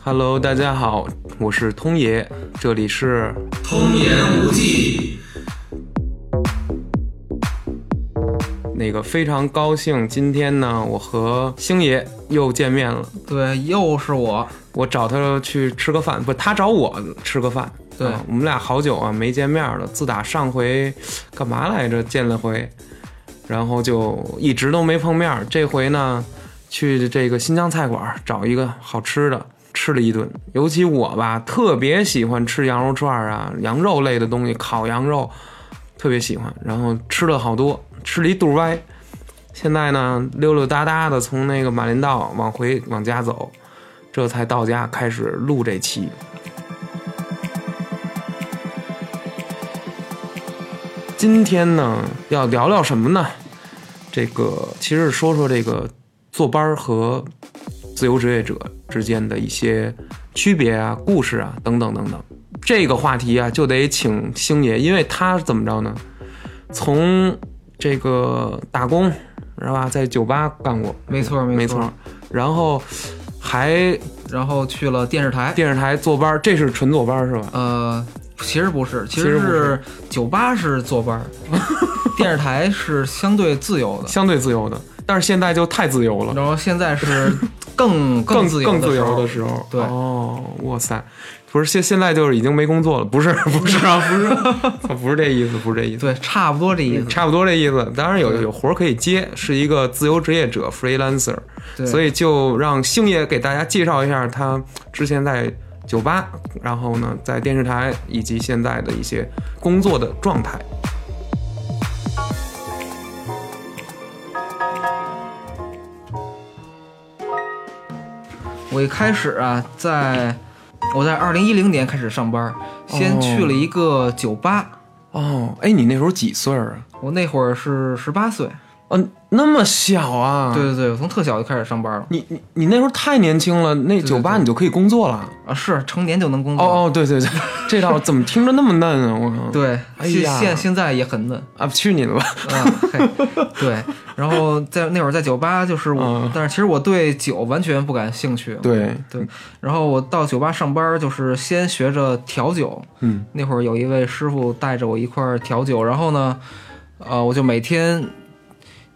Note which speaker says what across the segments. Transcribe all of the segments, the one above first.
Speaker 1: Hello，大家好，我是通爷，这里是
Speaker 2: 童言无忌。
Speaker 1: 那个非常高兴，今天呢，我和星爷又见面了。
Speaker 2: 对，又是我。
Speaker 1: 我找他去吃个饭，不，他找我吃个饭。
Speaker 2: 对
Speaker 1: 啊我们俩好久啊没见面了，自打上回干嘛来着见了回，然后就一直都没碰面。这回呢，去这个新疆菜馆找一个好吃的。吃了一顿，尤其我吧，特别喜欢吃羊肉串儿啊，羊肉类的东西，烤羊肉，特别喜欢。然后吃了好多，吃了一肚儿歪。现在呢，溜溜达达的从那个马林道往回往家走，这才到家开始录这期。今天呢，要聊聊什么呢？这个其实说说这个坐班儿和自由职业者之间的一些区别啊、故事啊等等等等。这个话题啊，就得请星爷，因为他怎么着呢？从这个打工是吧，在酒吧干过，
Speaker 2: 没错，
Speaker 1: 没
Speaker 2: 错。
Speaker 1: 错，然后还
Speaker 2: 然后去了电视台。
Speaker 1: 电视台坐班儿，这是纯坐班儿是吧？
Speaker 2: 呃，其实不是，其
Speaker 1: 实
Speaker 2: 实
Speaker 1: 不是
Speaker 2: 是酒吧是坐 班儿，电视台是相对自由的。
Speaker 1: 相对自由的，但是现在就太自由了，
Speaker 2: 然后现 在是更
Speaker 1: 更
Speaker 2: 自由
Speaker 1: 更自
Speaker 2: 时候
Speaker 1: 由的时候。
Speaker 2: 对
Speaker 1: 哦，哇塞，不是现现在就是已经没工作了，不 是不是啊，不是 不是这意思，不是这意思。
Speaker 2: 对，差不多这意思。
Speaker 1: 差不多这意思，当然有有活儿可以接，是一个自由职业者 freelancer，
Speaker 2: 对，
Speaker 1: 所
Speaker 2: 以
Speaker 1: 以就让星爷给大家介绍一下他之前在酒吧，然后呢在电视台以及现在的一些工作的状态。
Speaker 2: 我一开始啊，在我在二零一零年开始上班儿，先去了一个酒吧。
Speaker 1: 哦，哎，你那时候几岁儿啊？
Speaker 2: 我那会儿是十八岁，
Speaker 1: 嗯、那么小啊？
Speaker 2: 对，对对，我从特小就开始上班了
Speaker 1: 你你你那时候太年轻了，那酒吧你就可以工作了。
Speaker 2: 啊，是成年就能工作。
Speaker 1: 哦哦，对 对对，这倒怎么听着那么嫩啊？我靠！
Speaker 2: 对，
Speaker 1: 哎
Speaker 2: 现
Speaker 1: 呀
Speaker 2: 现现在也很嫩
Speaker 1: 啊，去你的吧！
Speaker 2: 啊，嘿，对。然后在那会儿在酒吧，就是我
Speaker 1: 嗯，
Speaker 2: 但是其实我对酒完全不感兴趣。
Speaker 1: 对，
Speaker 2: 对，然后我到酒吧上班，就是先学着调酒。
Speaker 1: 嗯，
Speaker 2: 那会儿有一位师傅带着我一块儿调酒，然后呢，呃，我就每天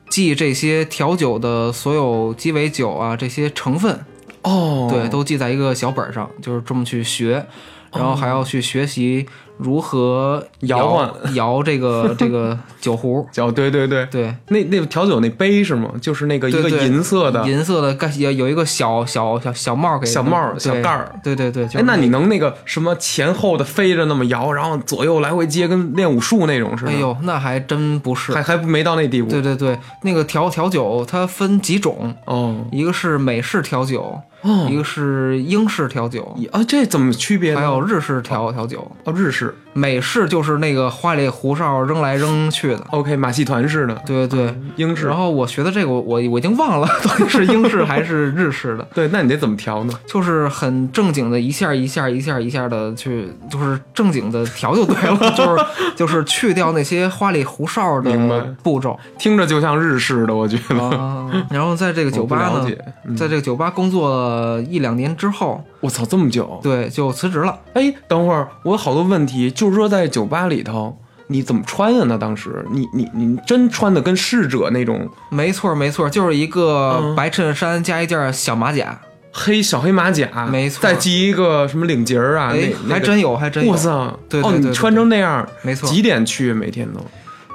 Speaker 2: 记这些调酒的所有鸡尾酒啊这些成分，
Speaker 1: 哦，
Speaker 2: 对，都记在一个小本儿上，就是这么去学，然后还要去学习如何
Speaker 1: 哦摇晃
Speaker 2: 摇这 个这个酒壶，
Speaker 1: 哦，对对对，
Speaker 2: 对，
Speaker 1: 那那个调酒那杯是吗？就是那个一
Speaker 2: 对
Speaker 1: 个
Speaker 2: 对
Speaker 1: 银色的
Speaker 2: 银色的盖有有一个小小小小帽儿给
Speaker 1: 小帽儿
Speaker 2: 对
Speaker 1: 小盖儿，
Speaker 2: 对对对，就
Speaker 1: 哎
Speaker 2: 是，
Speaker 1: 那你能那个什么前后的飞着那么摇，然后左右来回接，跟练武术那种似的？
Speaker 2: 哎，呦，那还真不是，
Speaker 1: 还还没到那地步。
Speaker 2: 对对对，那个调调酒它分几种，
Speaker 1: 哦
Speaker 2: 一个是美式调酒，
Speaker 1: 哦
Speaker 2: 一个是英式调酒，
Speaker 1: 啊，这怎么区别呢？
Speaker 2: 还有日式调调酒。
Speaker 1: 哦，日式
Speaker 2: 美式就是那个花里胡哨扔来扔去的，
Speaker 1: ，OK，马戏团式的，
Speaker 2: 对对对。
Speaker 1: 英式
Speaker 2: 然。后我学的这个，我我我已经忘了 到底是英式还是日式的，
Speaker 1: 对，那你得怎么调呢？
Speaker 2: 就是很正经的一下一下一下一下的去，就是正经的调就对了， 就是就是去掉那些花里胡哨
Speaker 1: 明白
Speaker 2: 的步骤
Speaker 1: 听着就像日式的，我觉得。
Speaker 2: 啊。然后在这个酒吧
Speaker 1: 我不了
Speaker 2: 呢，
Speaker 1: 解嗯
Speaker 2: 在这个酒吧工作了一两年之后，
Speaker 1: 我操，这么久！
Speaker 2: 对，就辞职了。
Speaker 1: 哎，等会儿我有好多问题，就是说在酒吧里头，你怎么穿的呢？当时你你你真穿的跟侍者那种
Speaker 2: 没错没错，就是一个
Speaker 1: 嗯啊
Speaker 2: 白衬衫加一件小马甲，
Speaker 1: 黑小黑马甲，
Speaker 2: 没错
Speaker 1: 再系一个什么领结儿啊，
Speaker 2: 哎
Speaker 1: 那，那
Speaker 2: 还
Speaker 1: 个
Speaker 2: 真有还真有
Speaker 1: 我，操！
Speaker 2: 对对
Speaker 1: 哦，
Speaker 2: 对
Speaker 1: 你
Speaker 2: 对
Speaker 1: 穿成那样，
Speaker 2: 没错。
Speaker 1: 几点去？啊每天都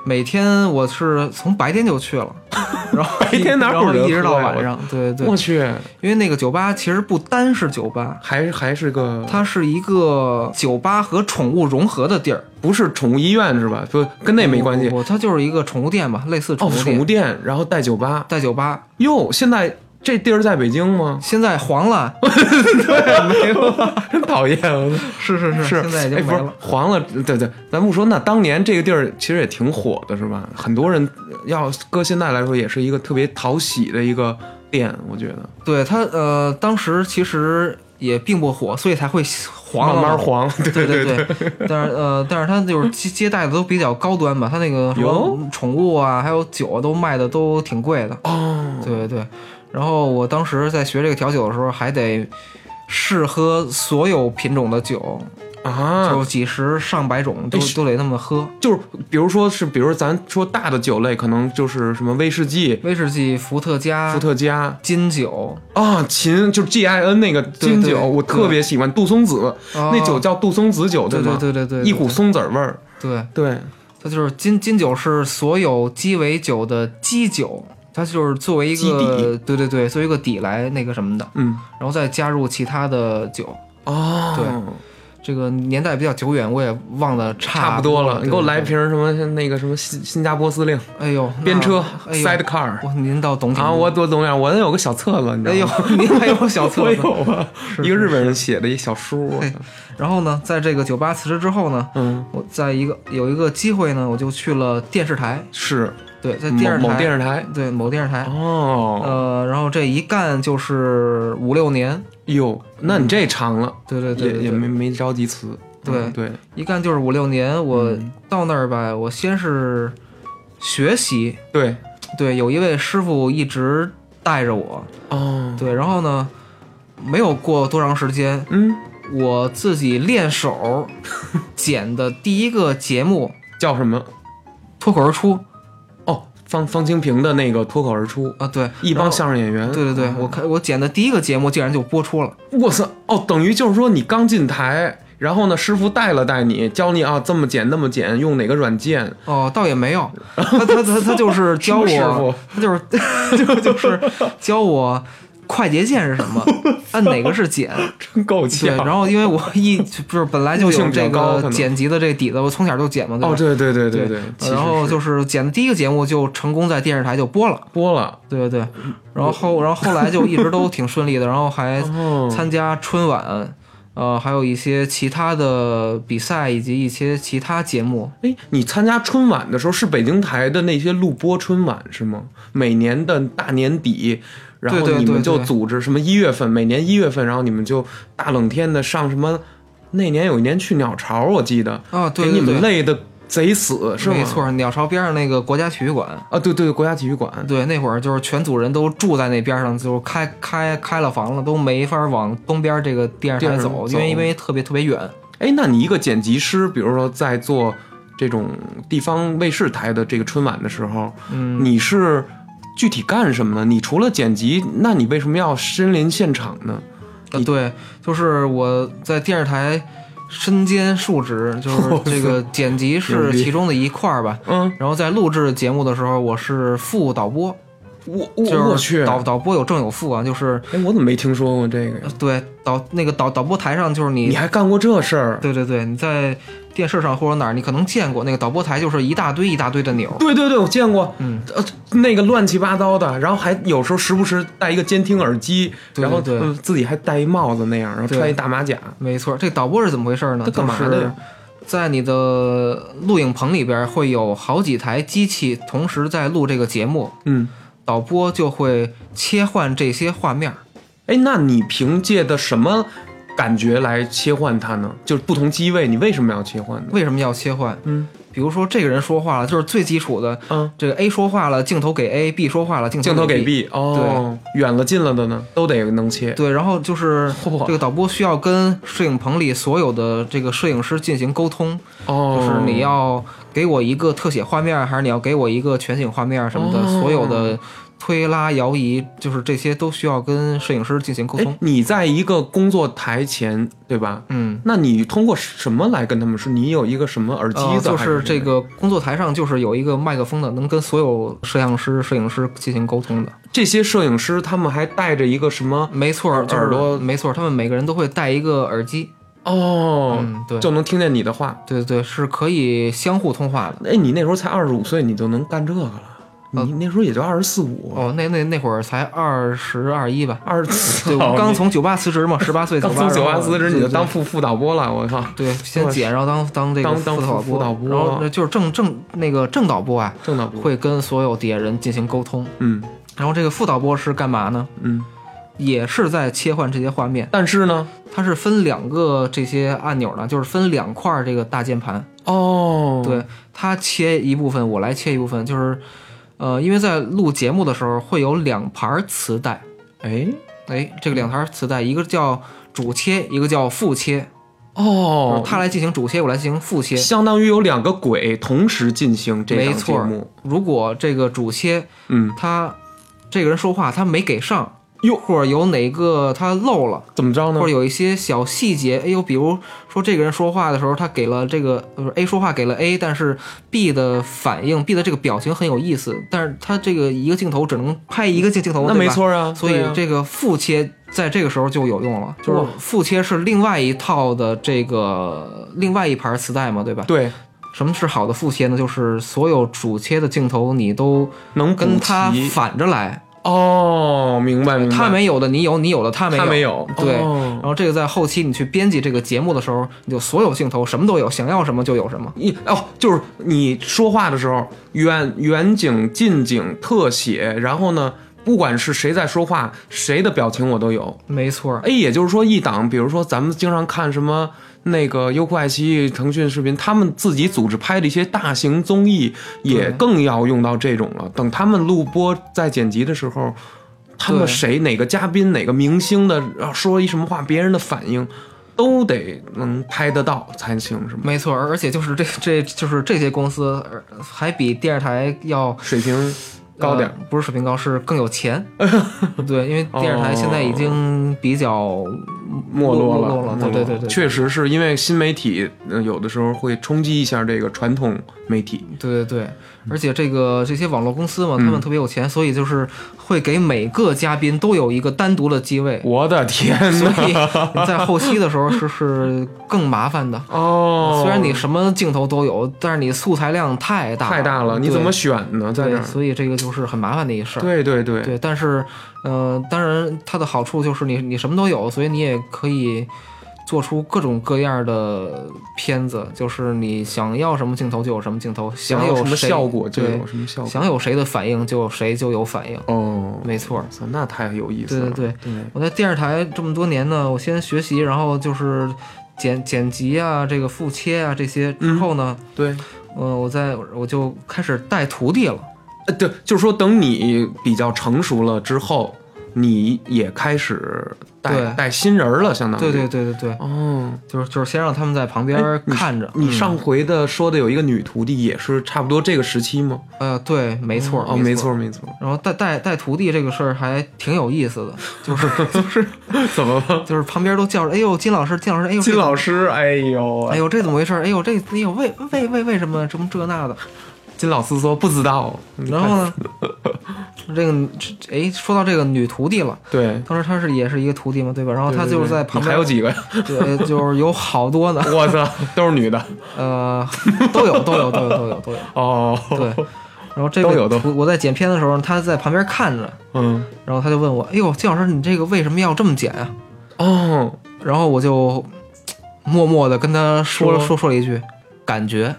Speaker 2: 每天我是从白天就去了，然后
Speaker 1: 哦白天哪有
Speaker 2: 然后
Speaker 1: 人
Speaker 2: 一直到
Speaker 1: 喝呀
Speaker 2: 晚上，对对
Speaker 1: 我
Speaker 2: 对，
Speaker 1: 去，
Speaker 2: 因为那个酒吧其实不单是酒吧，
Speaker 1: 还还是个，
Speaker 2: 它是一个酒吧和宠物融合的地儿，
Speaker 1: 不是宠物医院是吧？不，跟那没关系。
Speaker 2: 不，不它就是一个宠物店吧，类似
Speaker 1: 哦，宠物
Speaker 2: 店
Speaker 1: 店，然后带酒吧。
Speaker 2: 带酒吧，
Speaker 1: 哟，现在这地儿在北京吗？
Speaker 2: 现在黄了，
Speaker 1: 真讨厌！我操
Speaker 2: 是是是，
Speaker 1: 是，
Speaker 2: 现在已
Speaker 1: 哎
Speaker 2: 经
Speaker 1: 不
Speaker 2: 没
Speaker 1: 是
Speaker 2: 了。
Speaker 1: 黄了，对对，咱不说，那当年这个地儿其实也挺火的，是吧？很多人呃要搁现在来说，也是一个特别讨喜的一个店，我觉得
Speaker 2: 对它呃，当时其实也并不火，所以才会黄了
Speaker 1: 慢
Speaker 2: 嘛
Speaker 1: 慢 黄，对对
Speaker 2: 对对对，但是呃，但是它就是接接待的都比较高端吧，它那个什
Speaker 1: 哟
Speaker 2: 么宠物啊，还有酒啊都卖的都挺贵的。
Speaker 1: 哦，
Speaker 2: 对对对，然后我当时在学这个调酒的时候，还得试喝所有品种的酒，
Speaker 1: 啊，
Speaker 2: 就几十上百种都
Speaker 1: 哎是
Speaker 2: 都得那么喝。
Speaker 1: 就是比如说是，比如咱说大的酒类，可能就是什么威士忌、
Speaker 2: 威士忌、伏特加、
Speaker 1: 伏特加
Speaker 2: 金酒，
Speaker 1: 啊，琴就是 G I N 那个金
Speaker 2: 对
Speaker 1: 酒，我
Speaker 2: 对
Speaker 1: 特别喜欢杜松子，
Speaker 2: 那
Speaker 1: 那酒叫杜松子酒，
Speaker 2: 对
Speaker 1: 吗？
Speaker 2: 啊对对对对，
Speaker 1: 一股松子儿味儿，
Speaker 2: 对，
Speaker 1: 对，
Speaker 2: 它就是金金酒是所有鸡尾酒的基酒，它就是作为一
Speaker 1: 基
Speaker 2: 个对对对，作为一个底来那个什么的，
Speaker 1: 嗯，
Speaker 2: 然后再加入其他的酒。
Speaker 1: 哦，
Speaker 2: 这个年代比较久远，我也忘得
Speaker 1: 差
Speaker 2: 差
Speaker 1: 不多
Speaker 2: 了。
Speaker 1: 了，你给我
Speaker 2: 对
Speaker 1: 来。
Speaker 2: 对
Speaker 1: 瓶什么那个什么新新加坡司令
Speaker 2: 哎呦，
Speaker 1: 边车
Speaker 2: 那哎呦
Speaker 1: sidecar
Speaker 2: 我您倒懂挺
Speaker 1: 啊，
Speaker 2: 多
Speaker 1: 我多懂点儿，我那有个小册子，你知
Speaker 2: 哎
Speaker 1: 道
Speaker 2: 呦
Speaker 1: 吗？，
Speaker 2: 您 还有小 册
Speaker 1: 我
Speaker 2: 子。
Speaker 1: 有啊，
Speaker 2: 是
Speaker 1: 一个日本人写的一小书，我
Speaker 2: 嘿
Speaker 1: 操
Speaker 2: 然后呢，在这个酒吧辞职之后呢，
Speaker 1: 嗯，
Speaker 2: 我在一个有一个机会呢，我就去了电视台。
Speaker 1: 是
Speaker 2: 对，在电
Speaker 1: 某
Speaker 2: 视台，
Speaker 1: 某电视台，
Speaker 2: 对某电视台。
Speaker 1: 哦，
Speaker 2: 呃，然后这一干就是五六年，
Speaker 1: 哟，那你这长了。
Speaker 2: 对对对
Speaker 1: 也
Speaker 2: 对
Speaker 1: 也
Speaker 2: 对
Speaker 1: 没没着急辞。
Speaker 2: 对
Speaker 1: 嗯对，
Speaker 2: 一干就是五六年。我
Speaker 1: 嗯
Speaker 2: 到那儿吧，我先是学习，
Speaker 1: 对，
Speaker 2: 对，有一位师傅一直带着我，
Speaker 1: 哦，
Speaker 2: 对，然后呢，没有过多长时间，
Speaker 1: 嗯，
Speaker 2: 我自己 练手剪的第一个节目
Speaker 1: 叫什么？
Speaker 2: 脱口而出
Speaker 1: 哦，方方清平的那个脱口而出，
Speaker 2: 啊，对，
Speaker 1: 一帮相声演员。
Speaker 2: 然后。对对对，我看我剪的第一个节目竟然就播出了，
Speaker 1: 我操！哦，等于就是说你刚进台，然后呢，师傅带了带你，教你啊这么剪那么剪，用哪个软件。
Speaker 2: 哦，倒也 没有，他他他他就是教
Speaker 1: 什么师
Speaker 2: 我
Speaker 1: 傅，
Speaker 2: 他就是 就就是教我快捷键是什 么，按哪个是剪，
Speaker 1: 真够
Speaker 2: 对，
Speaker 1: 呛。
Speaker 2: 然后因为我一就是本来就
Speaker 1: 悟性
Speaker 2: 有
Speaker 1: 比较
Speaker 2: 这
Speaker 1: 高可
Speaker 2: 个
Speaker 1: 能
Speaker 2: 剪辑的这底子，我从小就剪嘛，对吧？
Speaker 1: 哦，对对对对其实
Speaker 2: 然后就是剪的第一个节目就成功在电视台就播了，
Speaker 1: 播了。
Speaker 2: 对对对，然后后然后后来就一直都挺顺利的，然后 还
Speaker 1: 哦，
Speaker 2: 参加春晚，呃，还有一些其他的比赛以及一些其他节目，
Speaker 1: 哎，你参加春晚的时候是北京台的那些录播春晚是吗？每年的大年底，然后
Speaker 2: 对对
Speaker 1: 你们
Speaker 2: 对
Speaker 1: 就
Speaker 2: 对
Speaker 1: 组织什么一月份，每年一月份，然后你们就大冷天的上什么？那年有一年去鸟巢，我记得
Speaker 2: 啊，对
Speaker 1: 给
Speaker 2: 对
Speaker 1: 你们
Speaker 2: 对，
Speaker 1: 累的贼死，是吗？
Speaker 2: 没错，鸟巢边上那个国家体育馆，
Speaker 1: 啊，对对，国家体育馆。
Speaker 2: 对，那会儿就是全组人都住在那边上，就是开开开了房了，都没法往东边这个电视台
Speaker 1: 电视
Speaker 2: 走，因嗯为
Speaker 1: 走
Speaker 2: 因为特别特别远，
Speaker 1: 哎，那你一个剪辑师，比如说在做这种地方卫视台的这个春晚的时候，
Speaker 2: 嗯，
Speaker 1: 你是具体干什么呢？你除了剪辑，那你为什么要身临现场呢？
Speaker 2: 啊对，就是我在电视台身兼数职，就
Speaker 1: 哇
Speaker 2: 哦是
Speaker 1: 塞
Speaker 2: 这个剪辑
Speaker 1: 牛
Speaker 2: 是
Speaker 1: 逼
Speaker 2: 其中的一块儿吧。
Speaker 1: 嗯，
Speaker 2: 然后在录制节目的时候，我是副导播，
Speaker 1: 我我
Speaker 2: 就
Speaker 1: 我
Speaker 2: 是
Speaker 1: 去，
Speaker 2: 导导播有正有副啊，就是
Speaker 1: 哎，我怎么没听说过这个呀？
Speaker 2: 对导那个导导播台上就是
Speaker 1: 你
Speaker 2: 你，
Speaker 1: 还干过这事儿？
Speaker 2: 对对对，你在电视上或者哪儿你可能见过那个导播台，就是一大堆一大堆的钮儿，
Speaker 1: 对对对，我见过，
Speaker 2: 嗯，
Speaker 1: 呃，那个乱七八糟的，然后还有时候时不时戴一个监听耳机，
Speaker 2: 对
Speaker 1: 然后
Speaker 2: 对
Speaker 1: 呃自己还戴一帽子那样，然后
Speaker 2: 对
Speaker 1: 穿一大马甲，
Speaker 2: 没错，这导播是怎么回事呢？
Speaker 1: 他干嘛
Speaker 2: 就
Speaker 1: 的
Speaker 2: 是
Speaker 1: 呀
Speaker 2: 在你的录影棚里边会有好几台机器同时在录这个节目，
Speaker 1: 嗯，
Speaker 2: 导播就会切换这些画面儿。
Speaker 1: 哎，那你凭借的什么感觉来切换它呢？就是不同机位，你为什么要切换呢？
Speaker 2: 为什么要切换？
Speaker 1: 嗯，
Speaker 2: 比如说这个人说话了，就是最基础的，
Speaker 1: 嗯，
Speaker 2: 这个 A 说话了，镜头给 A；B 说话了，镜头
Speaker 1: 镜头给
Speaker 2: B。
Speaker 1: B，哦，远了近了的呢，都得能切。
Speaker 2: 对，然后就是
Speaker 1: 嚯
Speaker 2: 这个导播需要跟摄影棚里所有的这个摄影师进行沟通，
Speaker 1: 哦，
Speaker 2: 就是你要给我一个特写画面，还是你要给我一个全景画面什么的，
Speaker 1: 哦
Speaker 2: 所有的推拉摇移，就是这些都需要跟摄影师进行沟
Speaker 1: 哎
Speaker 2: 通。，
Speaker 1: 你在一个工作台前，对吧？
Speaker 2: 嗯，
Speaker 1: 那你通过什么来跟他们说？你有一个什么耳机
Speaker 2: 呃
Speaker 1: 子、
Speaker 2: 就
Speaker 1: 还是
Speaker 2: 是这个工作台上就是有一个麦克风的，能跟所有摄像师、摄影师进行沟通的。
Speaker 1: 这些摄影师，他们还带着一个什么？
Speaker 2: 没错，
Speaker 1: 耳
Speaker 2: 就是
Speaker 1: 耳朵
Speaker 2: 没错，他们每个人都会戴一个耳机。
Speaker 1: 哦，
Speaker 2: 嗯，对，
Speaker 1: 就能听见你的话。
Speaker 2: 对对对，是可以相互通话的。
Speaker 1: 哎，你那时候才二十五岁，你就能干这个了？
Speaker 2: 呃
Speaker 1: 你那时候也就二十四五，
Speaker 2: 哦，那那那会儿才二十二 一吧？
Speaker 1: 二十四，
Speaker 2: 对，我刚从酒吧辞职嘛，十八岁
Speaker 1: 哦刚从
Speaker 2: 酒
Speaker 1: 九八
Speaker 2: 吧
Speaker 1: 辞职，你就当副副导播了，我靠，
Speaker 2: 对，对先剪，然后当当这个
Speaker 1: 当当
Speaker 2: 导
Speaker 1: 副
Speaker 2: 播，
Speaker 1: 导啊播
Speaker 2: 然后那就是正正那个正导播啊，
Speaker 1: 正导播。
Speaker 2: 会跟所有底下人进行沟通。
Speaker 1: 嗯
Speaker 2: 然后这个副导播是干嘛呢？
Speaker 1: 嗯，
Speaker 2: 也是在切换这些画面，
Speaker 1: 但是呢，
Speaker 2: 它是分两个这些按钮的，就是分两块儿这个大键盘。
Speaker 1: 哦，
Speaker 2: 对他切一部分，我来切一部分，就是，呃，因为在录节目的时候会有两盘磁带，
Speaker 1: 哎，
Speaker 2: 哎，这个两盘磁带，一个叫主切，一个叫副切，就是
Speaker 1: 哦，
Speaker 2: 他来进行主切，我来进行副切。
Speaker 1: 相当于有两个轨同时进行这
Speaker 2: 没
Speaker 1: 档节
Speaker 2: 错
Speaker 1: 目。，
Speaker 2: 如果这个主切
Speaker 1: 嗯，
Speaker 2: 他这个人说话他没给上，
Speaker 1: 哟
Speaker 2: 或者有哪个他漏了，
Speaker 1: 怎么着呢
Speaker 2: 或者？有一些小细节，哎呦，比如说这个人说话的时候，他给了这个，呃不是 A 说话给了 A，但是 B 的反应，B 的这个表情很有意思，但是他这个一个镜头只能拍一个镜镜头，
Speaker 1: 那
Speaker 2: 对
Speaker 1: 没
Speaker 2: 吧，
Speaker 1: 错啊，
Speaker 2: 所以
Speaker 1: 对啊
Speaker 2: 这个副切在这个时候就有用了，就
Speaker 1: 哇
Speaker 2: 是副切是另外一套的这个另外一盘磁带嘛，对吧？
Speaker 1: 对
Speaker 2: 什么是好的副切呢？就是所有主切的镜头你都
Speaker 1: 能补
Speaker 2: 跟它
Speaker 1: 齐
Speaker 2: 反着来，
Speaker 1: 哦，明白明白，
Speaker 2: 他没有的你有，你有的他没
Speaker 1: 他
Speaker 2: 有。
Speaker 1: 没有，
Speaker 2: 对
Speaker 1: 哦
Speaker 2: 然后这个在后期你去编辑这个节目的时候，你就所有镜头什么都有，想要什么就有什么。
Speaker 1: 一哦，就是你说话的时候，远远景、近景、特写，然后呢，不管是谁在说话，谁的表情我都有。
Speaker 2: 没错儿，
Speaker 1: 哎，也就是说，一档，比如说咱们经常看什么那个优酷、爱奇艺、腾讯视频，他们自己组织拍的一些大型综艺，也
Speaker 2: 对
Speaker 1: 更要用到这种了。等他们录播在剪辑的时候，他们
Speaker 2: 对
Speaker 1: 谁哪个嘉宾、哪个明星的啊说一什么话，别人的反应都得能拍得到才行，是吗？
Speaker 2: 没错儿，而且就是这这就是这些公司呃还比电视台要
Speaker 1: 水平高点儿。
Speaker 2: 呃不是水平高，是更 有钱。对，因为电视台现在已经比较
Speaker 1: 哦没落
Speaker 2: 没落
Speaker 1: 了
Speaker 2: 了，
Speaker 1: 没落
Speaker 2: 对对对对
Speaker 1: 确实是因为新媒体，呃有的时候会冲击一下这个传统媒体。
Speaker 2: 对对对，
Speaker 1: 嗯
Speaker 2: 而且这个这些网络公司嘛，他们特别有钱，所以就是会给每个嘉宾都有一个单独的机位，
Speaker 1: 我的天
Speaker 2: 所
Speaker 1: 呐！
Speaker 2: 以你在后期的时候是是更麻烦的。
Speaker 1: 哦，
Speaker 2: 虽然你什么镜头都有，但是你素材量太大
Speaker 1: 太大了，你怎么
Speaker 2: 对
Speaker 1: 选呢？在这
Speaker 2: 对？
Speaker 1: 儿，
Speaker 2: 所以这个就是很麻烦的一事儿。
Speaker 1: 对对对，
Speaker 2: 对，但是，呃，当然它的好处就是你你什么都有，所以你也可以做出各种各样的片子，就是你想要什么镜头就有什么镜头，想
Speaker 1: 想有
Speaker 2: 有
Speaker 1: 什么
Speaker 2: 谁
Speaker 1: 效果就
Speaker 2: 对
Speaker 1: 有，什么效果。
Speaker 2: 想有谁的反应就有谁就有反应，
Speaker 1: 哦，
Speaker 2: 没错儿。
Speaker 1: 操，那太有意思
Speaker 2: 对对
Speaker 1: 了。
Speaker 2: 对，
Speaker 1: 对
Speaker 2: 我在电视台这么多年呢，我先学习，然后就是剪剪辑啊，这个复切啊这些
Speaker 1: 嗯
Speaker 2: 之后呢，
Speaker 1: 对
Speaker 2: 呃，我在我就开始带徒弟了。
Speaker 1: 呃对，就是说等你比较成熟了之后，你也开始带
Speaker 2: 对
Speaker 1: 带新人儿了，相当于。
Speaker 2: 对对对对对，
Speaker 1: 哦，
Speaker 2: 就是就是先让他们在旁边看着。
Speaker 1: 哎你
Speaker 2: 嗯
Speaker 1: 上回的说的有一个女徒弟，也是差不多这个时期吗？
Speaker 2: 呃对，没错
Speaker 1: 哦，没。错没错。
Speaker 2: 然后带带带徒弟这个事儿还挺有意思的，就是
Speaker 1: 怎么了？
Speaker 2: 就是旁边都叫着，哎呦金老师，金老师，哎呦
Speaker 1: 金
Speaker 2: 这
Speaker 1: 老师，哎呦，
Speaker 2: 哎呦这怎么回事？哎呦这哎呦为为为为什么什么这那的？
Speaker 1: 金老师说不知道。你看
Speaker 2: 然后呢，这个这哎说到这个女徒弟了，
Speaker 1: 对，
Speaker 2: 当时她是也是一个徒弟嘛，对吧？然后她
Speaker 1: 对对
Speaker 2: 哦就是
Speaker 1: 对
Speaker 2: 在旁
Speaker 1: 你
Speaker 2: 边，
Speaker 1: 还有几个 呀？
Speaker 2: 对，就是有好多呢，
Speaker 1: 我操，都是女的
Speaker 2: 呃，都有都有都有都有都有。
Speaker 1: 哦。
Speaker 2: 对，然后这个
Speaker 1: 都有都
Speaker 2: 图我在剪片的时候，他在旁边看着，
Speaker 1: 嗯，
Speaker 2: 然后他就问我：“哎呦，金老师，你这个为什么要这么剪啊
Speaker 1: 哦，？”
Speaker 2: 然后我就默默的跟他说了
Speaker 1: 说
Speaker 2: 说说了一句：“感觉。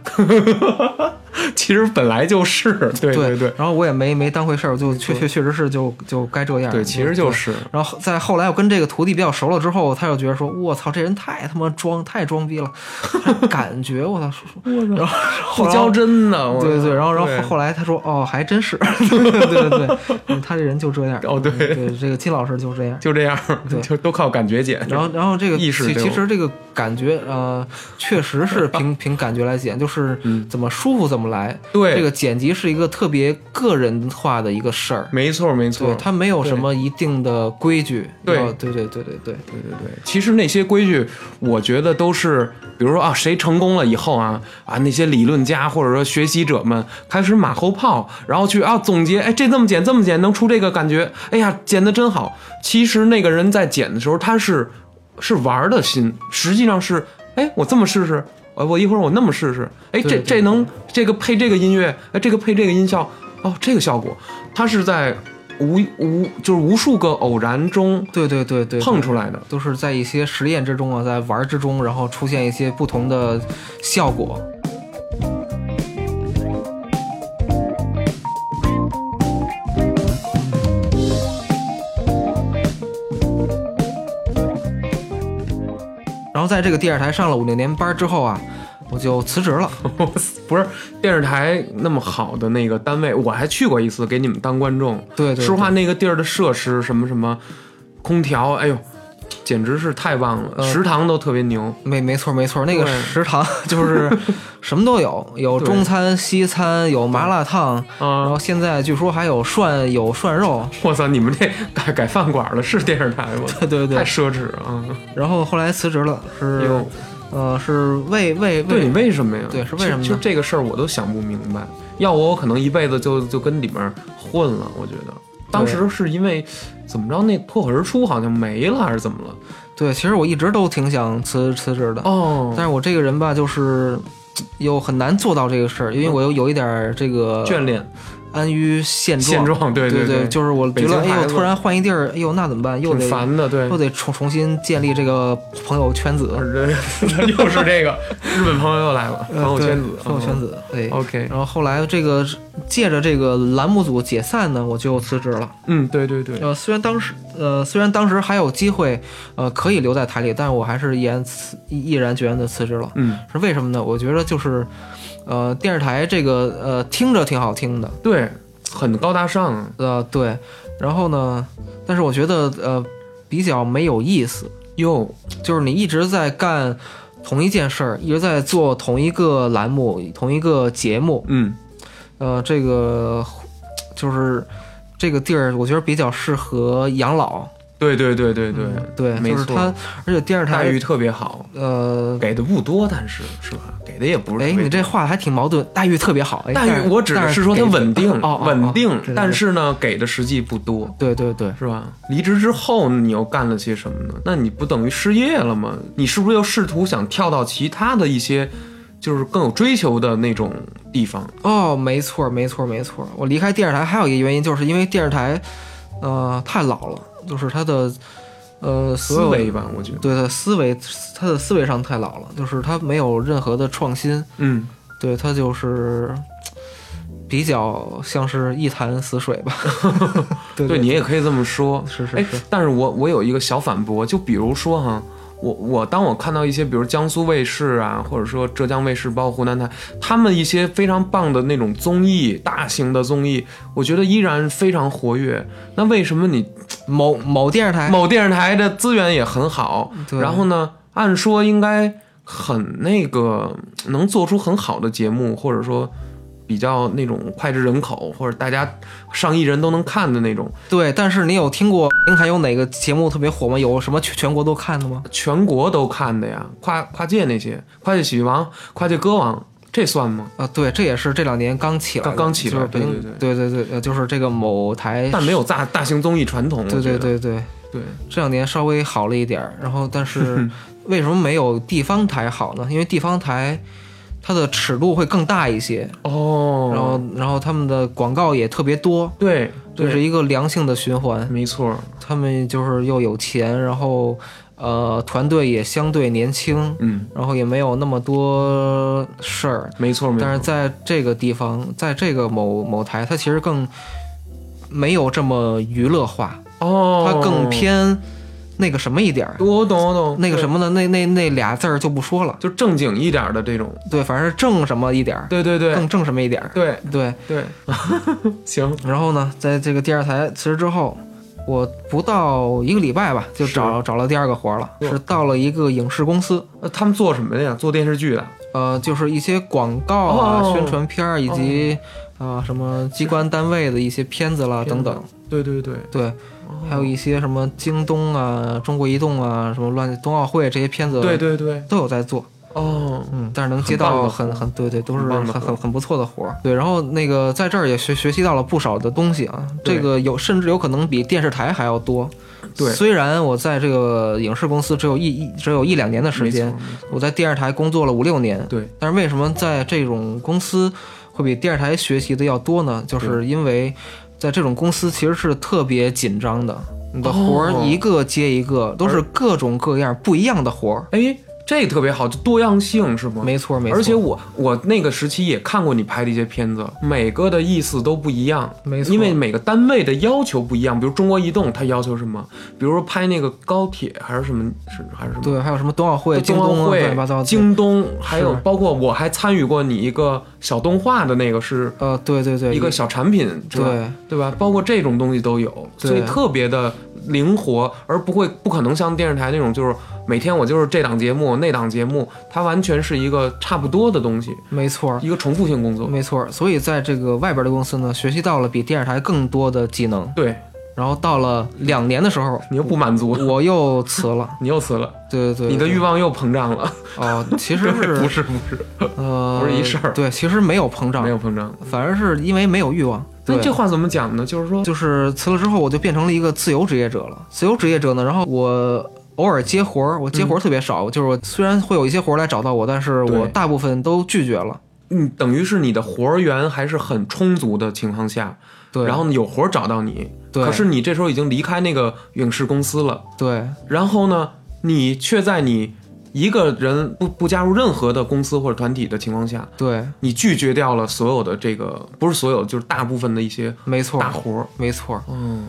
Speaker 1: 其实本来就是，”对对对
Speaker 2: 然后我也没没当回事儿，我就确确确实是就就该这样。
Speaker 1: 对，其实就
Speaker 2: 对。
Speaker 1: 是，
Speaker 2: 然后在后来，我跟这个徒弟比较熟了之后，他就觉得说：“我操，这人太他妈装，太装逼了，感觉我操。说” 说然后
Speaker 1: 不
Speaker 2: 后来
Speaker 1: 较真的，我
Speaker 2: 对对，然后然后后来他说哦，还真是， 对对对，嗯他这人就这样。嗯
Speaker 1: 哦对
Speaker 2: 对，这个金老师就这样。
Speaker 1: 就这样，
Speaker 2: 对
Speaker 1: 就都靠感觉剪。
Speaker 2: 然后然后这个
Speaker 1: 意识
Speaker 2: 其
Speaker 1: 流
Speaker 2: 其实这个感觉呃，确 实是凭凭感觉来剪，就是
Speaker 1: 嗯
Speaker 2: 怎么舒服怎么来。
Speaker 1: 对
Speaker 2: 这个剪辑是一个特别个人化的一个事儿，
Speaker 1: 没错没
Speaker 2: 对，
Speaker 1: 错，
Speaker 2: 它没有什么一定的规矩。
Speaker 1: 对
Speaker 2: 要对对对对对，
Speaker 1: 对对对，其实那些规矩，我觉得都是，比如说啊，谁成功了以后啊啊，那些理论家或者说学习者们开始马后炮，然后去啊总结，哎，这这么剪这么剪能出这个感觉，哎呀，剪的真好。其实那个人在剪的时候，他是是玩的心，实际上是，哎，我这么试试。呃我一会儿我那么试试，哎，
Speaker 2: 对
Speaker 1: 这
Speaker 2: 对
Speaker 1: 这能这个配这个音乐，哎，这个配这个音效，哦，这个效果，他是在无无就是无数个偶然中
Speaker 2: 对对对对，
Speaker 1: 碰出来的。
Speaker 2: 都是在一些实验之中啊，在玩儿之中，然后出现一些不同的效果。然后在这个电视台上了五六年班之后啊，我就辞职 了。
Speaker 1: 不是电视台那么好的那个单位，我还去过一次，给你们当观众。
Speaker 2: 对对对，
Speaker 1: 说实话，那个地儿的设施什么什么，空调，哎呦，简直是太棒了，
Speaker 2: 嗯
Speaker 1: 食堂都特别牛。
Speaker 2: 没没错没错，那个
Speaker 1: 对
Speaker 2: 食堂 就是什么都有，有
Speaker 1: 对
Speaker 2: 中餐、西餐，有麻辣烫，然
Speaker 1: 啊
Speaker 2: 后！现在据说还有涮有涮肉，
Speaker 1: 我操，你们这 改改饭馆了，是电视台吗？
Speaker 2: 对对
Speaker 1: 太
Speaker 2: 对。
Speaker 1: 奢侈啊！
Speaker 2: 然后后来辞职了，是
Speaker 1: 哟，
Speaker 2: 呃是为为
Speaker 1: 对你
Speaker 2: 为
Speaker 1: 为什么呀？
Speaker 2: 对是为什么呢
Speaker 1: 就就这个事儿我都想不明白。要我，我可能一辈子就就跟里面混了。我觉得当时是因为怎么着，那脱口而出好像没了，还是怎么了？
Speaker 2: 对，其实我一直都挺想辞辞职的，
Speaker 1: 哦，
Speaker 2: 但是我这个人吧，就是又很难做到这个事儿，因为我又有一点儿这个
Speaker 1: 眷恋
Speaker 2: 安于现
Speaker 1: 嗯
Speaker 2: 状。
Speaker 1: 现状，对
Speaker 2: 对
Speaker 1: 对，
Speaker 2: 就是我觉
Speaker 1: 北京
Speaker 2: 得，哎
Speaker 1: 孩
Speaker 2: 呦，
Speaker 1: 子
Speaker 2: 突然换一地儿，哎呦，那怎么办？又
Speaker 1: 挺
Speaker 2: 得
Speaker 1: 烦的，对呃
Speaker 2: 又。得重重新建立这个朋友圈子。
Speaker 1: 又是这个日本朋友又来了，朋友圈子
Speaker 2: 呃对，朋友圈子，对
Speaker 1: 嗯。OK，
Speaker 2: 然后后来这个借着这个栏目组解散呢，我就辞职了。
Speaker 1: 嗯，对对对，
Speaker 2: 呃，虽然当时呃虽然当时还有机会，呃可以留在台里，但我还是毅然辞毅毅然决然的辞职了。
Speaker 1: 嗯，
Speaker 2: 是为什么呢？我觉得就是，呃，电视台这个呃听着挺好听的，
Speaker 1: 对，很高大上啊，
Speaker 2: 呃对，然后呢，但是我觉得呃比较没有意思，
Speaker 1: 哟，
Speaker 2: 就是你一直在干同一件事儿，一直在做同一个栏目、同一个节目，
Speaker 1: 嗯，
Speaker 2: 呃，这个就是这个地儿，我觉得比较适合养老，
Speaker 1: 对对对对对，
Speaker 2: 嗯对，
Speaker 1: 没
Speaker 2: 就是
Speaker 1: 错
Speaker 2: 它，而且电视
Speaker 1: 待
Speaker 2: 台
Speaker 1: 遇，特别好，
Speaker 2: 呃，
Speaker 1: 给的不多，但是是吧？给的也不是
Speaker 2: 哎，
Speaker 1: 特别
Speaker 2: 你这话还挺矛盾，待遇特别好，哎
Speaker 1: 待
Speaker 2: 但
Speaker 1: 遇，我指的是说它
Speaker 2: 但给
Speaker 1: 稳定
Speaker 2: 哦，哦
Speaker 1: 稳
Speaker 2: 哦
Speaker 1: 定
Speaker 2: 知道，
Speaker 1: 但是呢，给的实际不多。
Speaker 2: 对对对。
Speaker 1: 是吧？离职之后你又干了些什么呢？那你不等于失业了吗？你是不是又试图想跳到其他的一些，就是更有追求的那种地方？
Speaker 2: 哦，没错，没错，没错。我离开电视台还有一个原因，就是因为电视台，呃，太老了，就是它的，呃，所
Speaker 1: 思
Speaker 2: 有
Speaker 1: 维吧，我觉得，
Speaker 2: 对它思维，它的思维上太老了，就是它没有任何的创新，
Speaker 1: 嗯，
Speaker 2: 对它就是比较像是一潭死水吧。 对
Speaker 1: 对你也可以这么说。
Speaker 2: 是是
Speaker 1: 哎
Speaker 2: 是，，
Speaker 1: 但是我我有一个小反驳，就比如说哈，我我当我看到一些，比如江苏卫视啊，或者说浙江卫视，包括湖南台，他们一些非常棒的那种综艺，大型的综艺，我觉得依然非常活跃。那为什么你
Speaker 2: 某某电视台，
Speaker 1: 某电视台的资源也很好，
Speaker 2: 对
Speaker 1: 然后呢，按说应该很那个能做出很好的节目，或者说比较那种脍炙人口，或者大家上亿人都能看的那种，
Speaker 2: 对，但是你有听过平台有哪个节目特别火吗？有什么全全国都看的吗？
Speaker 1: 全国都看的呀，跨跨界那些，跨界喜剧王、跨界歌王，这算吗？
Speaker 2: 啊，对，这也是这两年刚起来的，
Speaker 1: 刚刚起来
Speaker 2: 就是北京
Speaker 1: 对
Speaker 2: 对对对，呃，就是这个某台，
Speaker 1: 但没有大大型综艺传统，
Speaker 2: 对
Speaker 1: 我觉
Speaker 2: 对
Speaker 1: 得
Speaker 2: 对对，
Speaker 1: 对，
Speaker 2: 这两年稍微好了一点儿，然后 但是为什么没有地方台好呢？因为地方台它的尺度会更大一些，
Speaker 1: 哦，
Speaker 2: 然后然后他们的广告也特别多，
Speaker 1: 对
Speaker 2: 这是
Speaker 1: 对，
Speaker 2: 一个良性的循环。
Speaker 1: 没错，
Speaker 2: 他们就是又有钱，然后呃团队也相对年轻，
Speaker 1: 嗯，
Speaker 2: 然后也没有那么多事儿，
Speaker 1: 没错没错，
Speaker 2: 但是在这个地方，在这个某某台，它其实更没有这么娱乐化，
Speaker 1: 哦，
Speaker 2: 它更偏那个什么一点儿。
Speaker 1: 我懂我懂
Speaker 2: 那个什
Speaker 1: 么。
Speaker 2: 么呢？那那那俩字儿就不说了。
Speaker 1: 就正经一点的这种，
Speaker 2: 对，反正是正什么一点儿，
Speaker 1: 对对对
Speaker 2: 更正什么一点儿。
Speaker 1: 对
Speaker 2: 对，
Speaker 1: 对，行，
Speaker 2: 然后呢，在这个第二台辞职之后，我不到一个礼拜吧，就是找找了第二个活儿了，
Speaker 1: 哟
Speaker 2: 是到了一个影视公司，
Speaker 1: 呃他们做什么的呀？做电视剧的。
Speaker 2: 呃，就是一些广告啊、
Speaker 1: 哦
Speaker 2: 宣传片儿以及啊、什么机关单位的一些片子啦
Speaker 1: 片
Speaker 2: 等
Speaker 1: 子哦
Speaker 2: 等。
Speaker 1: 对对对，
Speaker 2: 对，哦还有一些什么京东啊、中国移动啊、什么乱冬奥会这些片子，
Speaker 1: 对对对，
Speaker 2: 都有在做。
Speaker 1: 哦，
Speaker 2: 嗯，但是能接
Speaker 1: 很棒
Speaker 2: 到
Speaker 1: 的
Speaker 2: 很很对对，都是
Speaker 1: 很棒
Speaker 2: 很
Speaker 1: 的活
Speaker 2: 很很不错的活儿。对，然后那个在这儿也学学习到了不少的东西啊，
Speaker 1: 对
Speaker 2: 这个有甚至有可能比电视台还要多。
Speaker 1: 对
Speaker 2: 虽然我在这个影视公司只有一一只有一两年的时
Speaker 1: 没错
Speaker 2: 间，，我在电视台工作了五六年，
Speaker 1: 对，
Speaker 2: 但是为什么在这种公司会比电视台学习的要多呢？就是因为在这种公司其实是特别紧张的，你的活儿
Speaker 1: 哦
Speaker 2: 一个接一个，都是各种各样不一样的活儿。
Speaker 1: 哎，这特别好，就多样性是吗？
Speaker 2: 没错没错，
Speaker 1: 而且我我那个时期也看过你拍的一些片子，每个的意思都不一样，
Speaker 2: 没错
Speaker 1: 因为每个单位的要求不一样。比如中国移动，它要求什么？比如说拍那个高铁还是什么，是还是什么？
Speaker 2: 对，还有什么冬奥会、京
Speaker 1: 冬
Speaker 2: 东
Speaker 1: 奥
Speaker 2: 啊，乱七八糟
Speaker 1: 会、
Speaker 2: 的。
Speaker 1: 京东，还有
Speaker 2: 是
Speaker 1: 包括我还参与过你一个小动画的那个，是
Speaker 2: 呃，对对对，
Speaker 1: 一个小产品，是吧
Speaker 2: 对
Speaker 1: 对吧？包括这种东西都有，
Speaker 2: 对
Speaker 1: 所以特别的灵活，而不会不可能像电视台那种，就是每天我就是这档节目那档节目，它完全是一个差不多的东西，
Speaker 2: 没错儿
Speaker 1: 一个重复性工作。
Speaker 2: 没错儿。所以在这个外边的公司呢，学习到了比电视台更多的技能，
Speaker 1: 对
Speaker 2: 然后到了两年的时候，
Speaker 1: 你又不满足，
Speaker 2: 我又辞了。
Speaker 1: 你又辞了，
Speaker 2: 对对对，
Speaker 1: 你的欲望又膨胀了。
Speaker 2: 哦，其 实
Speaker 1: 不
Speaker 2: 是
Speaker 1: 是不是，
Speaker 2: 呃，
Speaker 1: 不是一事儿
Speaker 2: 对，其实没有膨胀，
Speaker 1: 没有膨胀。
Speaker 2: 反而是因为没有欲望。
Speaker 1: 那
Speaker 2: 对，
Speaker 1: 这话怎么讲呢？就是说，
Speaker 2: 就是辞了之后，我就变成了一个自由职业者了。自由职业者呢，然后我偶尔接活儿，我接活儿特别少，就是我虽然会有一些活儿来找到我，但是我
Speaker 1: 嗯对
Speaker 2: 大部分都拒绝了。
Speaker 1: 嗯，等于是你的活儿源还是很充足的情况下，
Speaker 2: 对，
Speaker 1: 然后有活儿找到你，
Speaker 2: 对
Speaker 1: 可是你这时候已经离开那个影视公司了。
Speaker 2: 对
Speaker 1: 然后呢，你却在你一个人不不加入任何的公司或者团体的情况下，
Speaker 2: 对，
Speaker 1: 你拒绝掉了所有的这个，不是所有，就是大部分的一些
Speaker 2: 没错
Speaker 1: 大，活儿。
Speaker 2: 没错，
Speaker 1: 嗯，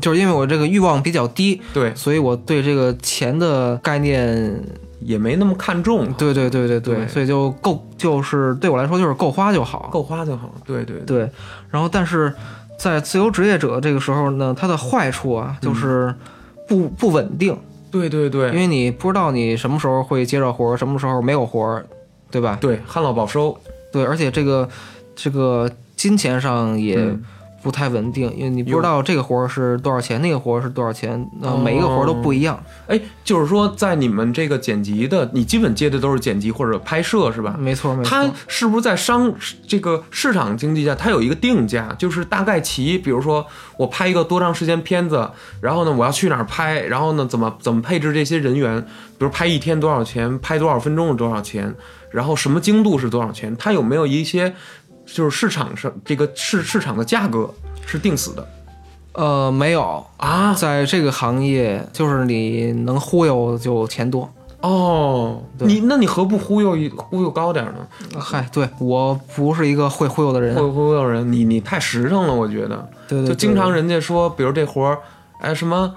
Speaker 2: 就是因为我这个欲望比较低，
Speaker 1: 对，
Speaker 2: 所以我对这个钱的概念，
Speaker 1: 也没那么看重，
Speaker 2: 对对对对对，
Speaker 1: 对
Speaker 2: 所以就够，就是对我来说就是够花就好。
Speaker 1: 够花就好。对对对，
Speaker 2: 对，然后但是在自由职业者这个时候呢，它的坏处啊就是不、不稳定。
Speaker 1: 对对
Speaker 2: 因
Speaker 1: 对
Speaker 2: 为你不知道你什么时候会接着活儿，什么时候没有活儿，对吧？
Speaker 1: 对，旱涝保收。
Speaker 2: 对，而且这个这个金钱上也
Speaker 1: 嗯
Speaker 2: 不太稳定，因为你不知道这个活儿是多少钱，那个活儿是多少钱，那每一个活儿都不一样。
Speaker 1: 哎，就是说，在你们这个剪辑的，你基本接的都是剪辑或者拍摄，是吧？
Speaker 2: 没错，没
Speaker 1: 它
Speaker 2: 错，
Speaker 1: 是不是在商这个市场经济下，它有一个定价，就是大概其，比如说我拍一个多长时间片子，然后呢我要去哪儿拍，然后呢怎么怎么配置这些人员，比如拍一天多少钱，拍多少分钟是多少钱，然后什么精度是多少钱，它有没有一些就是市场上这个市市场的价格是定死的
Speaker 2: 呃，没有，
Speaker 1: 啊？
Speaker 2: 在这个行业，就是你能忽悠就钱多。
Speaker 1: 哦，
Speaker 2: 对
Speaker 1: 你那你何不忽悠一忽悠高点儿呢？
Speaker 2: 嗨，对我不是一个会忽悠的人，
Speaker 1: 忽悠忽悠人，你你太实诚了，我觉得。
Speaker 2: 对对，
Speaker 1: 就
Speaker 2: 对
Speaker 1: 经常人家说，比如这活儿，哎什么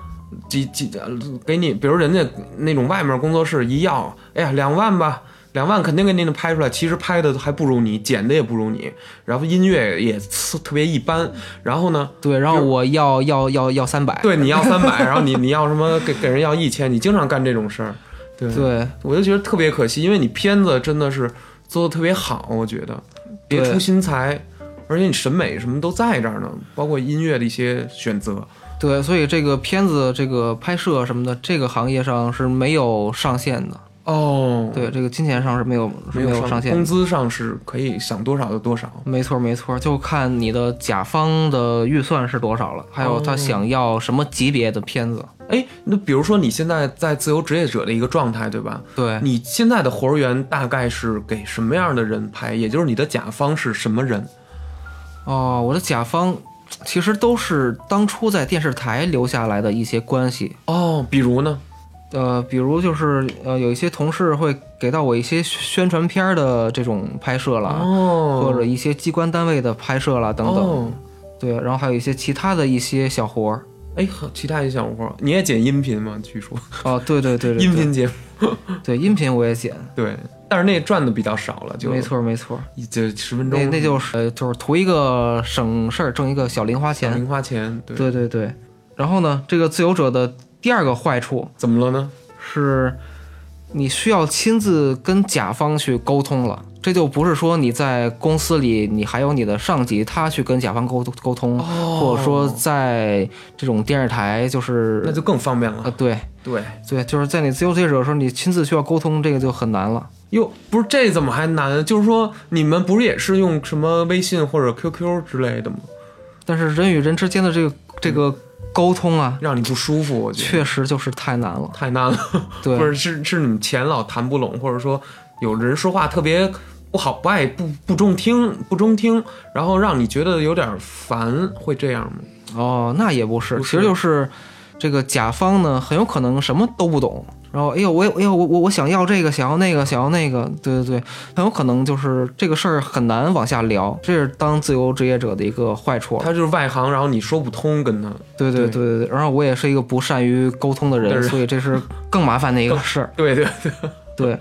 Speaker 1: 几几呃给你，比如人家那种外面工作室一要，哎呀两万吧，两万肯定给你能拍出来，其实拍的还不如你，剪的也不如你，然后音乐也呲特别一般，然后呢，
Speaker 2: 对，然后我要要要要三百，
Speaker 1: 对你要三百，然后你你要什么给给人要一千，你经常干这种事儿，对，
Speaker 2: 对
Speaker 1: 我就觉得特别可惜，因为你片子真的是做的特别好，我觉得别
Speaker 2: 对
Speaker 1: 出心裁。而且你审美什么都在这儿呢，包括音乐的一些选择，
Speaker 2: 对，所以这个片子、这个拍摄什么的，这个行业上是没有上限的。
Speaker 1: 哦，
Speaker 2: 对，这个金钱上是没有是
Speaker 1: 没
Speaker 2: 没有
Speaker 1: 有
Speaker 2: 上限
Speaker 1: 工
Speaker 2: 的。
Speaker 1: 资上是可以想多少就多少。
Speaker 2: 没错，没错，就看你的甲方的预算是多少了，还有他想要什么级别的片子。
Speaker 1: 哎，那比如说你现在在自由职业者的一个状态，对吧？
Speaker 2: 对，
Speaker 1: 你现在的活儿源大概是给什么样的人拍？也就是你的甲方是什么人？
Speaker 2: 哦，我的甲方其实都是当初在电视台留下来的一些关系。
Speaker 1: 哦，比如呢？
Speaker 2: 呃，比如就是呃，有一些同事会给到我一些宣传片儿的这种拍摄啦，
Speaker 1: 哦，
Speaker 2: 或者一些机关单位的拍摄啦等等。
Speaker 1: 哦，
Speaker 2: 对，然后还有一些其他的一些小活儿。
Speaker 1: 哎，和其他一小活儿，你也剪音频吗？据说
Speaker 2: 哦，对对对对对，
Speaker 1: 音频节目
Speaker 2: 对音频我也剪，
Speaker 1: 对，但是那赚的比较少了，就
Speaker 2: 没，错没错，
Speaker 1: 就十分钟
Speaker 2: 那那就是呃就是图一个省事儿，挣一个小零花钱。
Speaker 1: 零花钱。对，
Speaker 2: 对对对，然后呢，这个自由者的第二个坏处
Speaker 1: 怎么了呢？
Speaker 2: 是，你需要亲自跟甲方去沟通了。这就不是说你在公司里，你还有你的上级，他去跟甲方沟沟通，
Speaker 1: 哦
Speaker 2: 或者说在这种电视台，就是
Speaker 1: 那就更方便
Speaker 2: 呃
Speaker 1: 了。
Speaker 2: 对
Speaker 1: 对，
Speaker 2: 对，就是在你自由职业者的时候，你亲自需要沟通，这个就很难了。
Speaker 1: 哟，不是这怎么还难？就是说你们不是也是用什么微信或者 QQ 之类的吗？
Speaker 2: 但是人与人之间的这个这个沟通啊，
Speaker 1: 让你不舒服，我觉得
Speaker 2: 确实就是太难了。
Speaker 1: 太难了。
Speaker 2: 对
Speaker 1: 或，者是是你们钱老谈不拢，或者说有人说话特别不好，不爱不不中听，不中听，然后让你觉得有点烦，会这样吗？
Speaker 2: 哦，那也不是，
Speaker 1: 不
Speaker 2: 其
Speaker 1: 是
Speaker 2: 实就是这个甲方呢，很有可能什么都不懂，然后哎呦，我也哎呦，我我我想要这个，想要那个，想要那个，对对对，很有可能就是这个事儿很难往下聊，这是当自由职业者的一个坏处了。
Speaker 1: 他就是外行，然后你说不通跟他，
Speaker 2: 对对
Speaker 1: 对
Speaker 2: 对对对，然后我也是一个不善于沟通的
Speaker 1: 对
Speaker 2: 人，
Speaker 1: 对
Speaker 2: 所以这是更麻烦的一个事儿。
Speaker 1: 对对
Speaker 2: 对，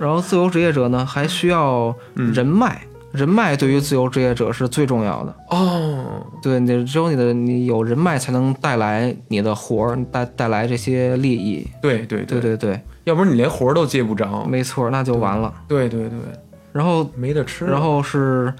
Speaker 2: 然后自由职业者呢，还需要
Speaker 1: 嗯
Speaker 2: 人脉，人脉对于自由职业者是最重要的。
Speaker 1: 哦，
Speaker 2: 对，你得只有你的你有人脉，才能带来你的活儿，带带来这些利益。
Speaker 1: 对对
Speaker 2: 对对对，
Speaker 1: 要不然你连活儿都接不着，
Speaker 2: 没错，那就完了。
Speaker 1: 对对对，
Speaker 2: 然后，
Speaker 1: 没得吃。
Speaker 2: 然后是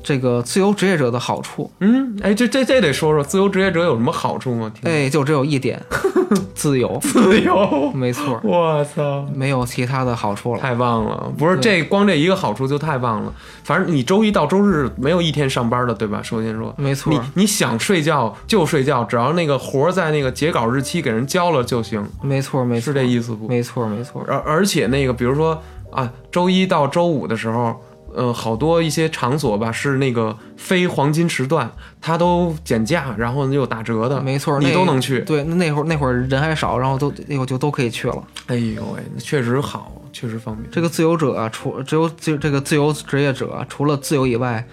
Speaker 2: 这个自由职业者的好处，
Speaker 1: 嗯，哎，这这这得说说自由职业者有什么好处吗？挺
Speaker 2: 哎，就只有一点， 自由，
Speaker 1: 自由，
Speaker 2: 没错，
Speaker 1: 我操！
Speaker 2: 没有其他的好处了。
Speaker 1: 太棒了，不是这光这一个好处就太棒了。反正你周一到周日没有一天上班的，对吧？首先说，
Speaker 2: 没错
Speaker 1: 你，你想睡觉就睡觉，只要那个活儿在那个截稿日期给人交了就行，
Speaker 2: 没错，没错，
Speaker 1: 是这意思不？
Speaker 2: 没错，没错，
Speaker 1: 而而且那个，比如说啊，周一到周五的时候，呃，好多一些场所吧是那个非黄金时段，它都减价，然后又打折的，
Speaker 2: 没错，
Speaker 1: 你
Speaker 2: 那
Speaker 1: 都能去。
Speaker 2: 对，那那会儿那会儿人还少，然后都那会儿就都可以去了。
Speaker 1: 哎呦喂，确实好，确实方便。
Speaker 2: 这个自由者啊，除只有自这个自由职业者啊，除了自由以外，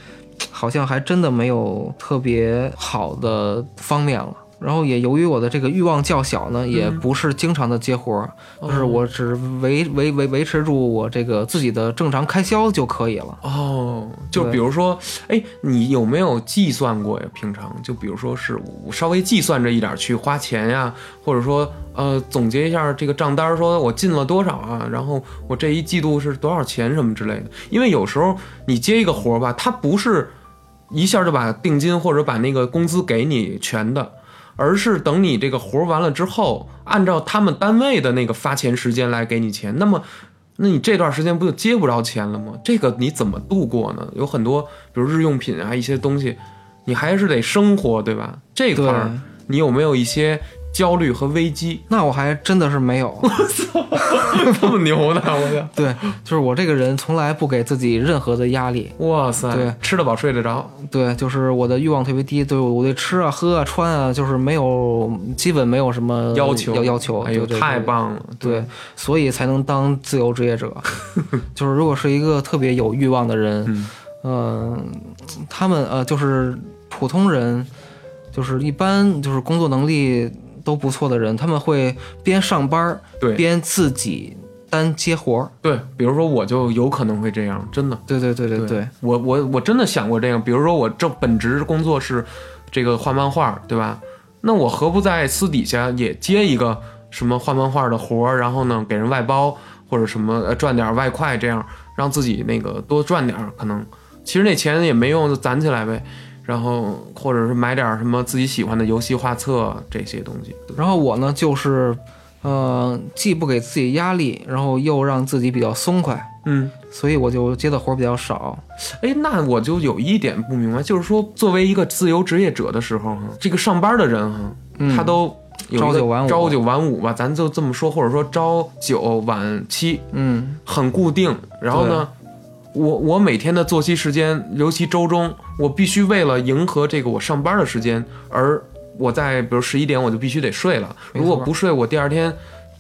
Speaker 2: 好像还真的没有特别好的方面了。然后也由于我的这个欲望较小呢，也不是经常的接活儿，
Speaker 1: 嗯哦
Speaker 2: 就是我只维维维维持住我这个自己的正常开销就可以了。
Speaker 1: 哦，就
Speaker 2: 对
Speaker 1: 比如说，哎，你有没有计算过呀？平常就比如说是我稍微计算着一点儿去花钱呀，或者说呃总结一下这个账单儿，说我进了多少啊，然后我这一季度是多少钱什么之类的。因为有时候你接一个活儿吧，它不是一下就把定金或者把那个工资给你全的。而是等你这个活儿完了之后，按照他们单位的那个发钱时间来给你钱。那么那你这段时间不就接不着钱了吗？这个你怎么度过呢？有很多，比如日用品啊，一些东西，你还是得生活，对吧？这块
Speaker 2: 对，
Speaker 1: 儿你有没有一些焦虑和危 机？
Speaker 2: 那我还真的是没有。
Speaker 1: 这么牛呢？我的，
Speaker 2: 对，就是我这个人从来不给自己任何的压力。
Speaker 1: 哇塞，
Speaker 2: 对
Speaker 1: 吃得饱睡得着，
Speaker 2: 对，就是我的欲望特别低，对我我对吃啊、喝啊、穿啊，就是没有基本没有什么
Speaker 1: 要求
Speaker 2: 要要求，
Speaker 1: 哎呦，
Speaker 2: 对对对
Speaker 1: 太棒了！
Speaker 2: 对，所以才能当自由职业 者。就是如果是一个特别有欲望的人，
Speaker 1: 嗯
Speaker 2: 嗯、他们呃，就是普通人，就是一般就是工作能力都不错的人，他们会边上班儿
Speaker 1: 对
Speaker 2: 边自己单接活儿。
Speaker 1: 对，比如说我就有可能会这样，真的。
Speaker 2: 对对对对对，
Speaker 1: 我我我真的想过这样，比如说我这本职工作是这个画漫画，对吧？那我何不在私底下也接一个什么画漫画的活儿，然后呢给人外包或者什么呃赚点外快，这样让自己那个多赚点儿，可能其实那钱也没用，就攒起来呗。然后或者是买点儿什么自己喜欢的游戏画册这些东西。
Speaker 2: 然后我呢，就是，呃，既不给自己压力，然后又让自己比较松快，
Speaker 1: 嗯，
Speaker 2: 所以我就接的活儿比较少。
Speaker 1: 哎，那我就有一点不明白，就是说作为一个自由职业者的时候哈，这个上班的人哈，
Speaker 2: 嗯，
Speaker 1: 他都有一个
Speaker 2: 朝九晚五
Speaker 1: 朝九晚五吧，咱就这么说，或者说朝九晚七，
Speaker 2: 嗯，
Speaker 1: 很固定。然后呢，我我每天的作息时间，尤其周中，我必须为了迎合这个我上班的时间，而我在比如十一点我就必须得睡了，
Speaker 2: 没错
Speaker 1: 如果不睡，我第二天。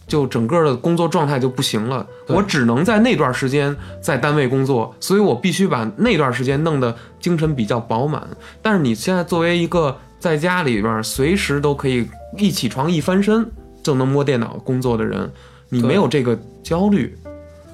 Speaker 1: 就整个的工作状态就不行了，
Speaker 2: 对
Speaker 1: 我只能在那段时间在单位工作，所以我必须把那段时间弄得精神比较饱满。但是你现在作为一个在家里边儿随时都可以一起床一翻身就能摸电脑工作的人，你
Speaker 2: 对
Speaker 1: 没有这个焦虑，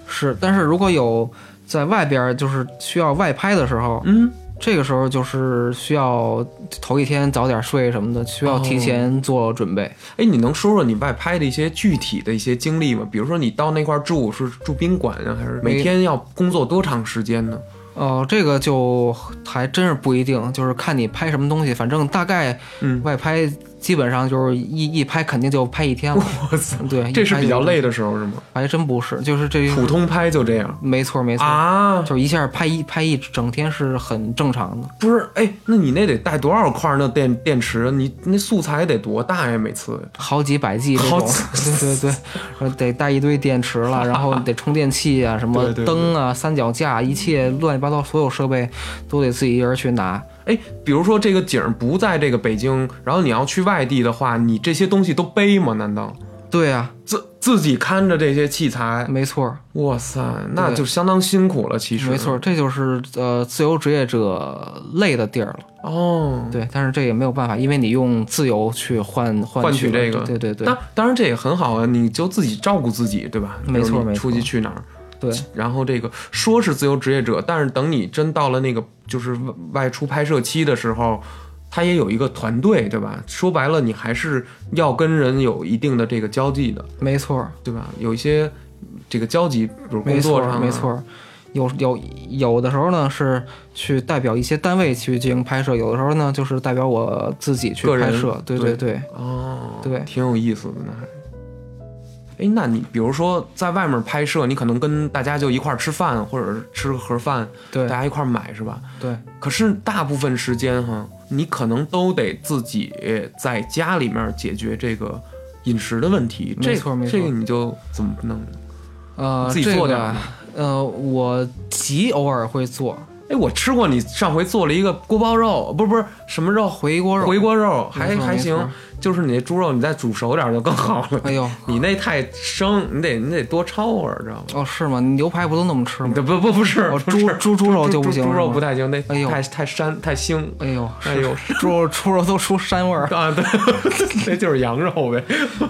Speaker 2: 是。但是如果有在外边儿就是需要外拍的时候，
Speaker 1: 嗯，
Speaker 2: 这个时候就是需要头一天早点睡什么的，需要提前做准备。
Speaker 1: 哎，你能说说你外拍的一些具体的一些经历吗？比如说你到那块儿住是住宾馆啊，还是每
Speaker 2: 没
Speaker 1: 天要工作多长时间呢？
Speaker 2: 哦、这个就还真是不一定，就是看你拍什么东西，反正大概
Speaker 1: 嗯，
Speaker 2: 外拍基本上就是一一拍肯定就拍一天了。
Speaker 1: 我操，
Speaker 2: 对，
Speaker 1: 哦这是
Speaker 2: 一拍
Speaker 1: 比较
Speaker 2: 就
Speaker 1: 累的时候是吗？
Speaker 2: 还真不是，就是这
Speaker 1: 普通拍就这样
Speaker 2: 没错没错，
Speaker 1: 啊？
Speaker 2: 就一下拍一拍一整天是很正常的。
Speaker 1: 不是，哎，那你那得带多少块儿那电电池？你那素材得多大呀？每次
Speaker 2: 好几百 G 这
Speaker 1: 好
Speaker 2: 种，
Speaker 1: 几
Speaker 2: 对 对对，然后得带一堆电池 了，然后得充电器啊，什么
Speaker 1: 对对对
Speaker 2: 灯啊、三脚架，一切乱七八糟所有设备都得自己一人去拿。
Speaker 1: 哎，比如说这个景儿不在这个北京，然后你要去外地的话，你这些东西都背吗？难道
Speaker 2: 对啊，
Speaker 1: 自自己看着这些器材，
Speaker 2: 没错儿，
Speaker 1: 哇塞，那就相当辛苦了。其实
Speaker 2: 没错儿，，这就是呃自由职业者累的地儿了。
Speaker 1: 哦，
Speaker 2: 对，但是这也没有办法，因为你用自由去换换
Speaker 1: 换
Speaker 2: 取
Speaker 1: 取
Speaker 2: 了
Speaker 1: 这个
Speaker 2: 对对对
Speaker 1: 当当然这也很好啊，你就自己照顾自己，对吧？
Speaker 2: 没错
Speaker 1: 比如你
Speaker 2: 没错
Speaker 1: 出去去哪儿？
Speaker 2: 对，
Speaker 1: 然后这个说是自由职业者，但是等你真到了那个就是外出拍摄期的时候，他也有一个团队，对吧？说白了，你还是要跟人有一定的这个交际的，
Speaker 2: 没错儿，
Speaker 1: 对吧？有一些这个交集，比如
Speaker 2: 没
Speaker 1: 工
Speaker 2: 错
Speaker 1: 作上、啊
Speaker 2: 儿，没错。儿。有有有的时候呢是去代表一些单位去进行拍摄，有的时候呢就是代表我自己去
Speaker 1: 个人
Speaker 2: 拍摄。对
Speaker 1: 对
Speaker 2: 对，
Speaker 1: 哦，
Speaker 2: 对
Speaker 1: 挺有意思的呢。哎，那你比如说在外面拍摄，你可能跟大家就一块儿吃饭，或者是吃个盒饭，
Speaker 2: 对
Speaker 1: 大家一块儿买是吧？
Speaker 2: 对
Speaker 1: 可是大部分时间哈，你可能都得自己在家里面解决这个饮食的问题。
Speaker 2: 没错
Speaker 1: 这
Speaker 2: 没错
Speaker 1: 这个你就怎么弄？
Speaker 2: 呃，
Speaker 1: 自己
Speaker 2: 这
Speaker 1: 做
Speaker 2: 个
Speaker 1: 点儿
Speaker 2: 啊呃，我极偶尔会做
Speaker 1: 哎，我吃过你上回做了一个锅包肉，不是不是什么肉，
Speaker 2: 回锅肉，
Speaker 1: 回锅肉
Speaker 2: 没
Speaker 1: 还
Speaker 2: 错
Speaker 1: 还。
Speaker 2: 没
Speaker 1: 行
Speaker 2: 错，
Speaker 1: 就是你那猪肉你再煮熟点儿就更好 了。
Speaker 2: 哎呦，
Speaker 1: 你那太生，你得你得多焯会儿，知道吗？
Speaker 2: 哦是吗？你牛排不都那么吃吗？
Speaker 1: 不不不是
Speaker 2: 哦，
Speaker 1: 不是
Speaker 2: 猪猪猪肉就不行
Speaker 1: 猪
Speaker 2: 是
Speaker 1: 肉
Speaker 2: 吗
Speaker 1: 不太行，那
Speaker 2: 哎呦
Speaker 1: 太太膻太腥。
Speaker 2: 哎呦，
Speaker 1: 哎呦，
Speaker 2: 是猪肉猪肉都出膻味儿。
Speaker 1: 啊，对，那就是羊肉呗。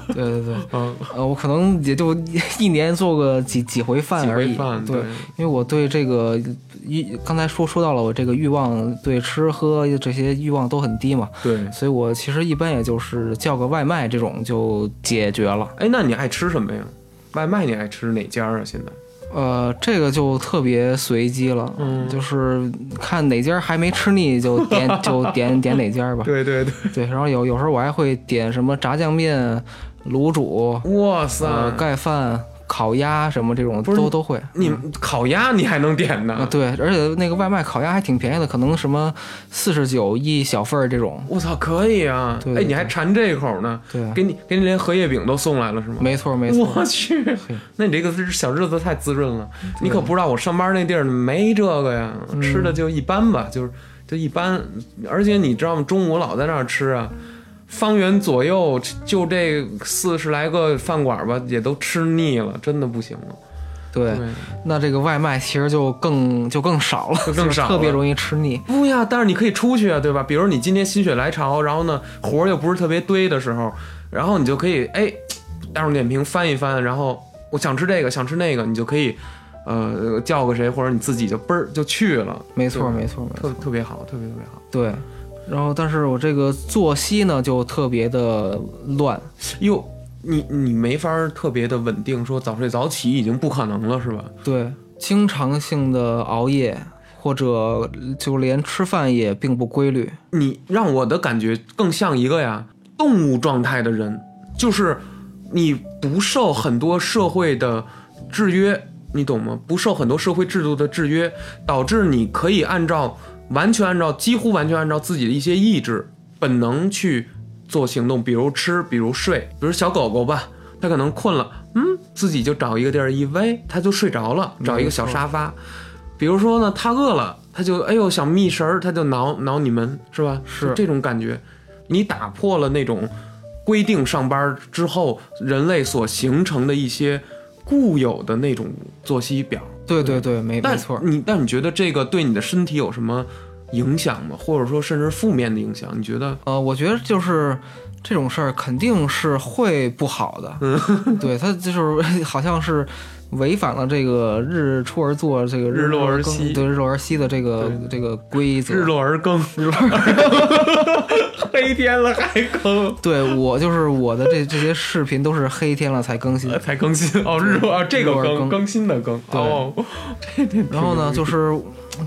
Speaker 2: 对对对，
Speaker 1: 嗯，
Speaker 2: 呃，我可能也就一年做个几几回饭
Speaker 1: 几
Speaker 2: 而
Speaker 1: 回
Speaker 2: 已。
Speaker 1: 饭
Speaker 2: 对，因为我对这个欲，刚才说说到了我这个欲望，对吃喝这些欲望都很低嘛，
Speaker 1: 对。
Speaker 2: 所以我其实一般也就是叫个外卖这种就解决了。
Speaker 1: 哎，那你爱吃什么呀？外卖你爱吃哪家啊？现在
Speaker 2: 呃，这个就特别随机了，
Speaker 1: 嗯
Speaker 2: 就是看哪家还没吃腻就点就点点哪家吧。
Speaker 1: 对对对，
Speaker 2: 对，然后有有时候我还会点什么炸酱面、卤煮、
Speaker 1: 哇塞，
Speaker 2: 呃盖饭、烤鸭什么这种
Speaker 1: 不是
Speaker 2: 都
Speaker 1: 你
Speaker 2: 都会。
Speaker 1: 你烤鸭你还能点
Speaker 2: 啊，
Speaker 1: 呢？
Speaker 2: 对，而且那个外卖烤鸭还挺便宜的，可能什么四十九一小份儿这种。
Speaker 1: 我操，可以啊！
Speaker 2: 对
Speaker 1: 哎，
Speaker 2: 对
Speaker 1: 你还馋这口呢？
Speaker 2: 对啊，
Speaker 1: 给你给你连荷叶饼都送来了是吗？
Speaker 2: 没错没错。
Speaker 1: 我去
Speaker 2: 嘿，嗯
Speaker 1: 那你这个小日子太滋润了。你可不知道我上班那地儿没这个呀，吃的就一般吧，就是就一般。而且你知道吗？中午老在那儿吃啊，方圆左右就这四十来个饭馆吧，也都吃腻了，真的不行了。
Speaker 2: 对，那这个外卖其实就更就更少了，
Speaker 1: 就更
Speaker 2: 是
Speaker 1: 少
Speaker 2: 特别
Speaker 1: 了
Speaker 2: 容易吃腻。
Speaker 1: 不呀，但是你可以出去啊，对吧？比如你今天心血来潮，然后呢活儿又不是特别堆的时候，然后你就可以哎，大众点评翻一翻，然后我想吃这个，想吃那个，你就可以呃叫个谁，或者你自己就嘣儿就去了，
Speaker 2: 没错
Speaker 1: 对
Speaker 2: 没错没错。
Speaker 1: 特特别好，特别特别好。
Speaker 2: 对，然后但是我这个作息呢就特别的乱。
Speaker 1: 哟，你你没法儿特别的稳定，说早睡早起已经不可能了，是吧？
Speaker 2: 对，经常性的熬夜，或者就连吃饭也并不规律。
Speaker 1: 你让我的感觉更像一个呀动物状态的人，就是你不受很多社会的制约，你懂吗？不受很多社会制度的制约，导致你可以按照完全按照几乎完全按照自己的一些意志本能去做行动，比如吃，比如睡，比如小狗狗吧，它可能困了，嗯，自己就找一个地儿一偎，它就睡着了，找一个小沙发。比如说呢，它饿了，它就哎呦想觅食儿，它就挠挠你们，是吧？
Speaker 2: 是
Speaker 1: 就这种感觉。你打破了那种规定上班之后人类所形成的一些固有的那种作息表，
Speaker 2: 对对对，没没
Speaker 1: 但
Speaker 2: 错。
Speaker 1: 你但你觉得这个对你的身体有什么影响吗？或者说甚至负面的影响？你觉得？
Speaker 2: 呃，我觉得就是这种事儿肯定是会不好的，
Speaker 1: 嗯
Speaker 2: 对他就是 好像是违反了这个日出而作，这个
Speaker 1: 日落而
Speaker 2: 更
Speaker 1: 息
Speaker 2: 对日落而息的这个这个规则。
Speaker 1: 日落而更，日落 黑天了还更，
Speaker 2: 对我就是我的这这些视频都是黑天了才更新，
Speaker 1: 才更新哦，日落啊，这个
Speaker 2: 日落而
Speaker 1: 更
Speaker 2: 更
Speaker 1: 更新的更
Speaker 2: 对
Speaker 1: 哦，这这
Speaker 2: 然后呢，
Speaker 1: 挺有意思
Speaker 2: 就是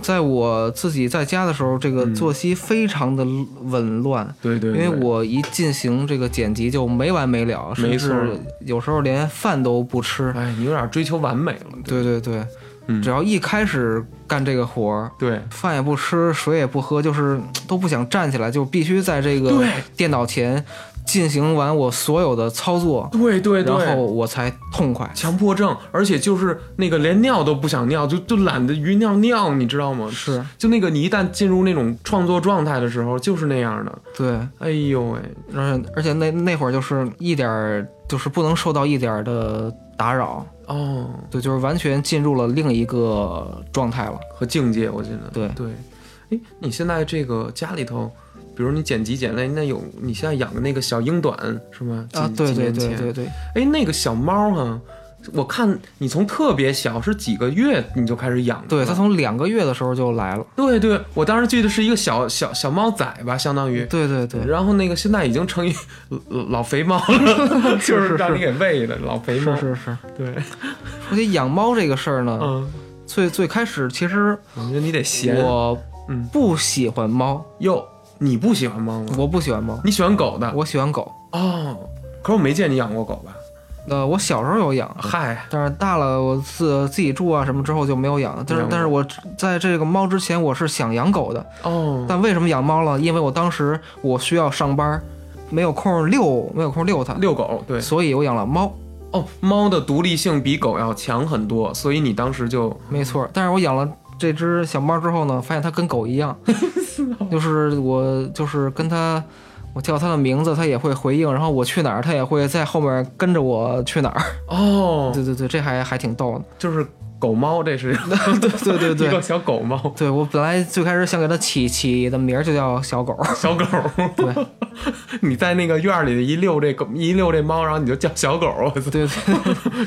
Speaker 2: 在我自己在家的时候，这个作息非常的紊乱，
Speaker 1: 对嗯对，
Speaker 2: 因
Speaker 1: 对
Speaker 2: 为我一进行这个剪辑就没完没了，甚
Speaker 1: 没错
Speaker 2: 至有时候连饭都不吃。
Speaker 1: 哎，你有点追求完美了，
Speaker 2: 对对对，
Speaker 1: 嗯
Speaker 2: 只要一开始干这个活儿，
Speaker 1: 对
Speaker 2: 饭也不吃，水也不喝，就是都不想站起来，就必须在这个
Speaker 1: 对
Speaker 2: 电脑前进行完我所有的操作，
Speaker 1: 对对对，
Speaker 2: 然后我才痛快。
Speaker 1: 强迫症，而且就是那个连尿都不想尿，就就懒得于尿尿，你知道吗？
Speaker 2: 是
Speaker 1: 就那个你一旦进入那种创作状态的时候，就是那样的。
Speaker 2: 对，
Speaker 1: 哎呦喂，
Speaker 2: 而且而且那那会儿就是一点儿就是不能受到一点儿的打扰，
Speaker 1: 哦，
Speaker 2: 对，就是完全进入了另一个状态了。
Speaker 1: 和境界，我觉得。
Speaker 2: 对
Speaker 1: 对，哎，你现在这个家里头，比如你剪辑剪类，那有你现在养的那个小英短是吗？
Speaker 2: 啊，
Speaker 1: 几
Speaker 2: 对对
Speaker 1: 几
Speaker 2: 对
Speaker 1: 年前
Speaker 2: 对对，
Speaker 1: 哎，那个小猫哈、我看你从特别小是几个月你就开始养的，
Speaker 2: 对他从两个月的时候就来了。
Speaker 1: 对对，我当时记得是一个小小小猫仔吧，相当于。
Speaker 2: 对对对，
Speaker 1: 然后那个现在已经成一老老肥猫了，就是是
Speaker 2: 是
Speaker 1: 让你给喂的老肥猫。
Speaker 2: 是是是。啊
Speaker 1: 对，
Speaker 2: 说起养猫这个事儿呢，
Speaker 1: 嗯，
Speaker 2: 最最开始其实
Speaker 1: 我觉得你得闲。
Speaker 2: 我
Speaker 1: 嗯
Speaker 2: 不喜欢猫，
Speaker 1: 哟，你不喜欢猫吗？
Speaker 2: 我不喜欢猫，
Speaker 1: 你喜欢狗的
Speaker 2: 我喜欢狗。
Speaker 1: 哦？可是我没见你养过狗吧？
Speaker 2: 呃，我小时候有养，
Speaker 1: 嗨，
Speaker 2: 但是大了我自自己住啊什么之后就没有养了。但是
Speaker 1: 养
Speaker 2: 但是我在这个猫之前我是想养狗的，
Speaker 1: 哦，
Speaker 2: 但为什么养猫了？因为我当时我需要上班，没有空遛，没有空遛它，
Speaker 1: 遛狗对
Speaker 2: 所以我养了猫。
Speaker 1: 哦，猫的独立性比狗要强很多，所以你当时就
Speaker 2: 没错，但是我养了这只小猫之后呢，发现它跟狗一 样，就是我就是跟它，我叫它的名字，它也会回应，然后我去哪儿，它也会在后面跟着我去哪儿。
Speaker 1: 哦，
Speaker 2: 对对对，这还还挺逗的。
Speaker 1: 就是狗猫，这是
Speaker 2: 对对对
Speaker 1: 一个
Speaker 2: 对。
Speaker 1: 小狗猫，
Speaker 2: 对，我本来最开始想给它起起的名儿就叫小狗，
Speaker 1: 小狗。
Speaker 2: 对
Speaker 1: 你在那个院儿里一遛这狗，一遛这猫，然后你就叫小狗，我 操！
Speaker 2: 对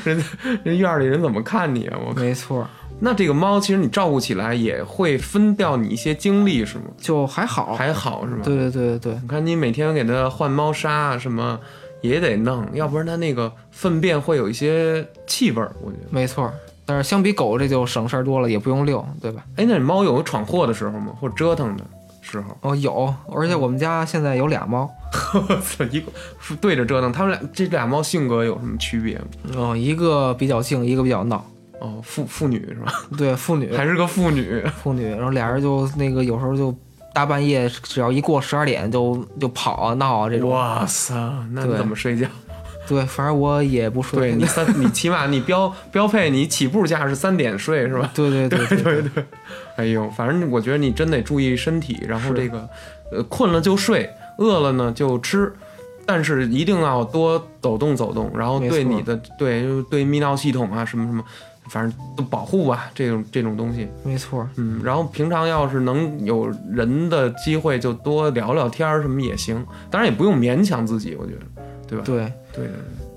Speaker 2: 对，
Speaker 1: 人人院儿里人怎么看你啊？我靠！
Speaker 2: 没错，
Speaker 1: 那这个猫其实你照顾起来也会分掉你一些精力是吗？
Speaker 2: 就还好，
Speaker 1: 还好是吗？
Speaker 2: 对对对对
Speaker 1: 你看你每天给它换猫砂啊什么也得弄，要不然它那个粪便会有一些气味儿，我觉得。
Speaker 2: 没错。但是相比狗，这就省事儿多了，也不用遛，对吧？
Speaker 1: 哎，那你猫有闯祸的时候吗？或者折腾的时候？
Speaker 2: 哦，有，而且我们家现在有俩猫，
Speaker 1: 我操，一个对着折腾，他们俩这俩猫性格有什么区别吗？
Speaker 2: 嗯、一个比较静，一个比较闹。
Speaker 1: 哦，妇妇女是吧？
Speaker 2: 对，妇女，
Speaker 1: 还是个妇女。
Speaker 2: 妇女，然后俩人就那个有时候就大半夜，只要一过十二点就就跑啊闹啊这种。
Speaker 1: 哇塞，那你
Speaker 2: 对
Speaker 1: 怎么睡觉？
Speaker 2: 对，反正我也不
Speaker 1: 对
Speaker 2: 睡。
Speaker 1: 你三，你起码你标标配，你起步价是三点睡是吧？
Speaker 2: 对对对对对
Speaker 1: 对。 哎呦，反正我觉得你真得注意身体，然后
Speaker 2: 是
Speaker 1: 这个，呃，困了就睡，饿了呢就吃，但是一定要多走动走动，然后
Speaker 2: 没错
Speaker 1: 对你的对就是对泌尿系统啊什么什么，反正都保护吧这种这种东西。
Speaker 2: 没错，
Speaker 1: 嗯，然后平常要是能有人的机会，就多聊聊天儿什么也行，当然也不用勉强自己，我觉得，对吧？
Speaker 2: 对，
Speaker 1: 对对。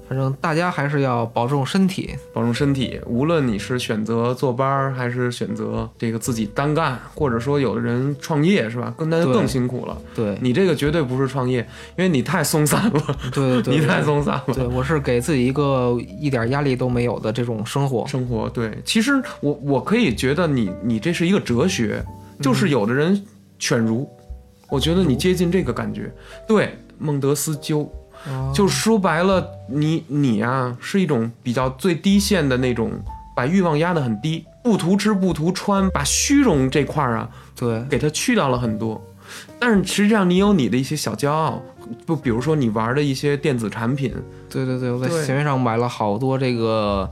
Speaker 2: 反正大家还是要保重身体。
Speaker 1: 保重身体。无论你是选择坐班儿，还是选择这个自己单干，或者说有的人创业是吧？更那就
Speaker 2: 对
Speaker 1: 更辛苦了。
Speaker 2: 对
Speaker 1: 你这个绝对不是创业，因为你太松散了，
Speaker 2: 对对
Speaker 1: 嗯
Speaker 2: 对，
Speaker 1: 你太松散了。
Speaker 2: 对，我是给自己一个一点压力都没有的这种生活。
Speaker 1: 生活对，其实我我可以觉得你你这是一个哲学，
Speaker 2: 嗯
Speaker 1: 就是有的人犬儒，我觉得你接近这个感觉。对，孟德斯鸠，
Speaker 2: 哦
Speaker 1: 就说白了，你你啊，是一种比较最低线的那种，把欲望压得很低，不图吃不图穿，把虚荣这块儿啊，
Speaker 2: 对
Speaker 1: 给它去掉了很多。但是实际上，你有你的一些小骄傲，不，比如说你玩的一些电子产品，
Speaker 2: 对对对，我在
Speaker 1: 对
Speaker 2: 闲鱼上买了好多这个。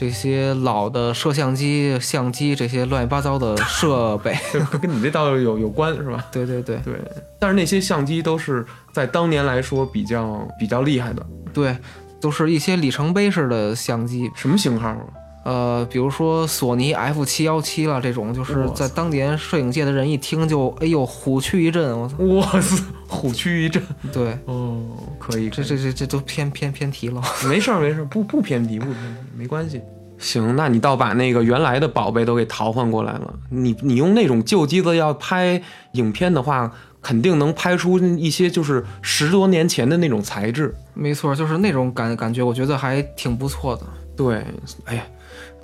Speaker 2: 这些老的摄像机、相机这些乱七八糟的设备，
Speaker 1: 就跟你这倒有有关是吧？
Speaker 2: 对对对
Speaker 1: 对，但是那些相机都是在当年来说比较比较厉害的，
Speaker 2: 对，都是一些里程碑式的相机，
Speaker 1: 什么型号啊？
Speaker 2: 呃，比如说索尼 F 7 1 7啦，这种就是
Speaker 1: 哇塞
Speaker 2: 在当年摄影界的人一听就，哎呦，虎躯一震，我操！
Speaker 1: 哇塞，虎躯一震
Speaker 2: 对，
Speaker 1: 哦，可以，
Speaker 2: 这这这这都偏偏偏题了。
Speaker 1: 没事儿，没事儿，不不偏题，不偏题，没关系。行，那你倒把那个原来的宝贝都给淘换过来了。你你用那种旧机子要拍影片的话，肯定能拍出一些就是十多年前的那种材质。
Speaker 2: 没错，就是那种感感觉，我觉得还挺不错的。
Speaker 1: 对，哎呀，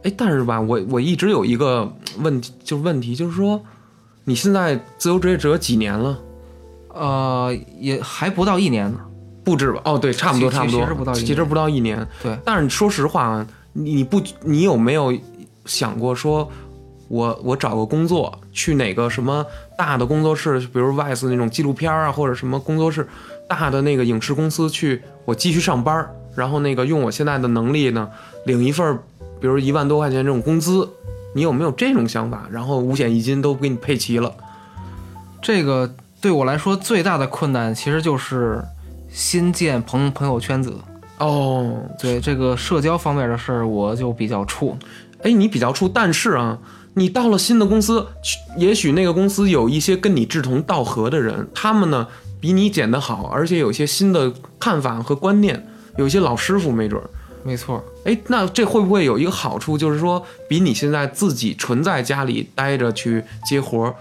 Speaker 1: 哎，但是吧，我我一直有一个问题，就是问题就是说，你现在自由职业者几年了？
Speaker 2: 呃，也还不到一年呢。
Speaker 1: 不止吧？哦，对，差不多，
Speaker 2: 其
Speaker 1: 差不多，
Speaker 2: 其实不到一年
Speaker 1: 其实不到一年。
Speaker 2: 对，
Speaker 1: 但是说实话啊，你你不，你有没有想过说，我我找个工作，去哪个什么大的工作室，比如 VICE 那种纪录片啊，或者什么工作室，大的那个影视公司去，我继续上班儿，然后那个用我现在的能力呢，领一份儿，比如一万多块钱这种工资，你有没有这种想法？然后五险一金都给你配齐了，
Speaker 2: 这个对我来说最大的困难其实就是新建朋朋友圈子，
Speaker 1: 哦，
Speaker 2: 对这个社交方面的事儿我就比较怵。
Speaker 1: 哎，你比较怵，但是啊，你到了新的公司，去也许那个公司有一些跟你志同道合的人，他们呢比你剪得好，而且有一些新的看法和观念，有一些老师傅没准儿。
Speaker 2: 没错，
Speaker 1: 哎，那这会不会有一个好处，就是说比你现在自己纯在家里待着去接活儿，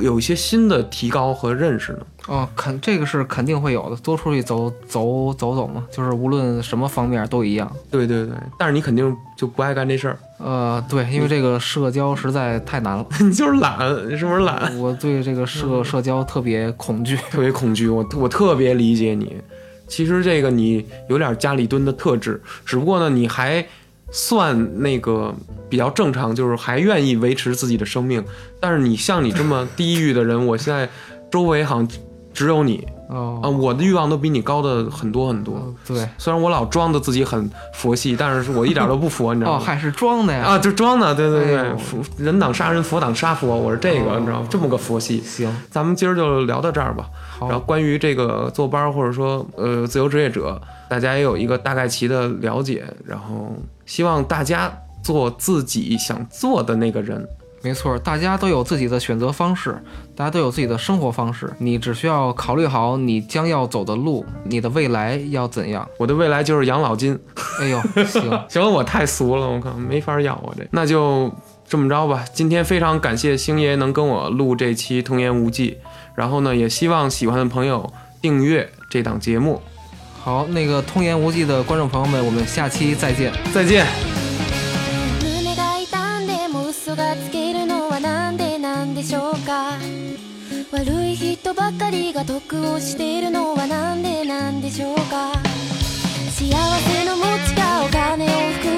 Speaker 1: 有一些新的提高和认识呢？
Speaker 2: 哦，肯这个是肯定会有的，多出去走走走走嘛，就是无论什么方面都一样。
Speaker 1: 对对对，但是你肯定就不爱干这事儿，
Speaker 2: 呃，对，因为这个社交实在太难了，
Speaker 1: 你就是懒，你是不是懒？
Speaker 2: 我对这个社社交特别恐惧。
Speaker 1: 特别恐惧，我我特别理解你。其实这个你有点家里蹲的特质，只不过呢，你还算那个比较正常，就是还愿意维持自己的生命。但是你像你这么低欲的人，我现在周围好像只有你啊、
Speaker 2: 哦，
Speaker 1: 我的欲望都比你高的很多很多。
Speaker 2: 呃对，
Speaker 1: 虽然我老装的自己很佛系，但是我一点都不佛，你知道
Speaker 2: 哦，
Speaker 1: 吗？
Speaker 2: 还是装的呀。
Speaker 1: 啊，就装的，对对
Speaker 2: 哎
Speaker 1: 对，
Speaker 2: 呦
Speaker 1: 佛人挡杀人，佛挡杀佛，我是这个，
Speaker 2: 哦
Speaker 1: 你知道吗？这么个佛系。
Speaker 2: 行，
Speaker 1: 咱们今儿就聊到这儿吧。
Speaker 2: 好
Speaker 1: 然，后关于这个坐班儿或者说呃自由职业者，大家也有一个大概齐的了解。然后希望大家做自己想做的那个人。
Speaker 2: 没错，大家都有自己的选择方式，大家都有自己的生活方式。你只需要考虑好你将要走的路，你的未来要怎样。
Speaker 1: 我的未来就是养老金。
Speaker 2: 哎呦，行，
Speaker 1: 行了，我太俗了，我靠，没法要我这。那就这么着吧。今天非常感谢星爷能跟我录这期《童言无忌》，然后呢，也希望喜欢的朋友订阅这档节目。
Speaker 2: 好，那个通言无忌的观众朋友们，我们下期再见。
Speaker 1: 再见。
Speaker 3: 胸が痛んでも嘘がつけるのはなんでなんでしょうか悪い人ばかりが得をしているのはなんでなんでしょうか幸せの持ちかお金を含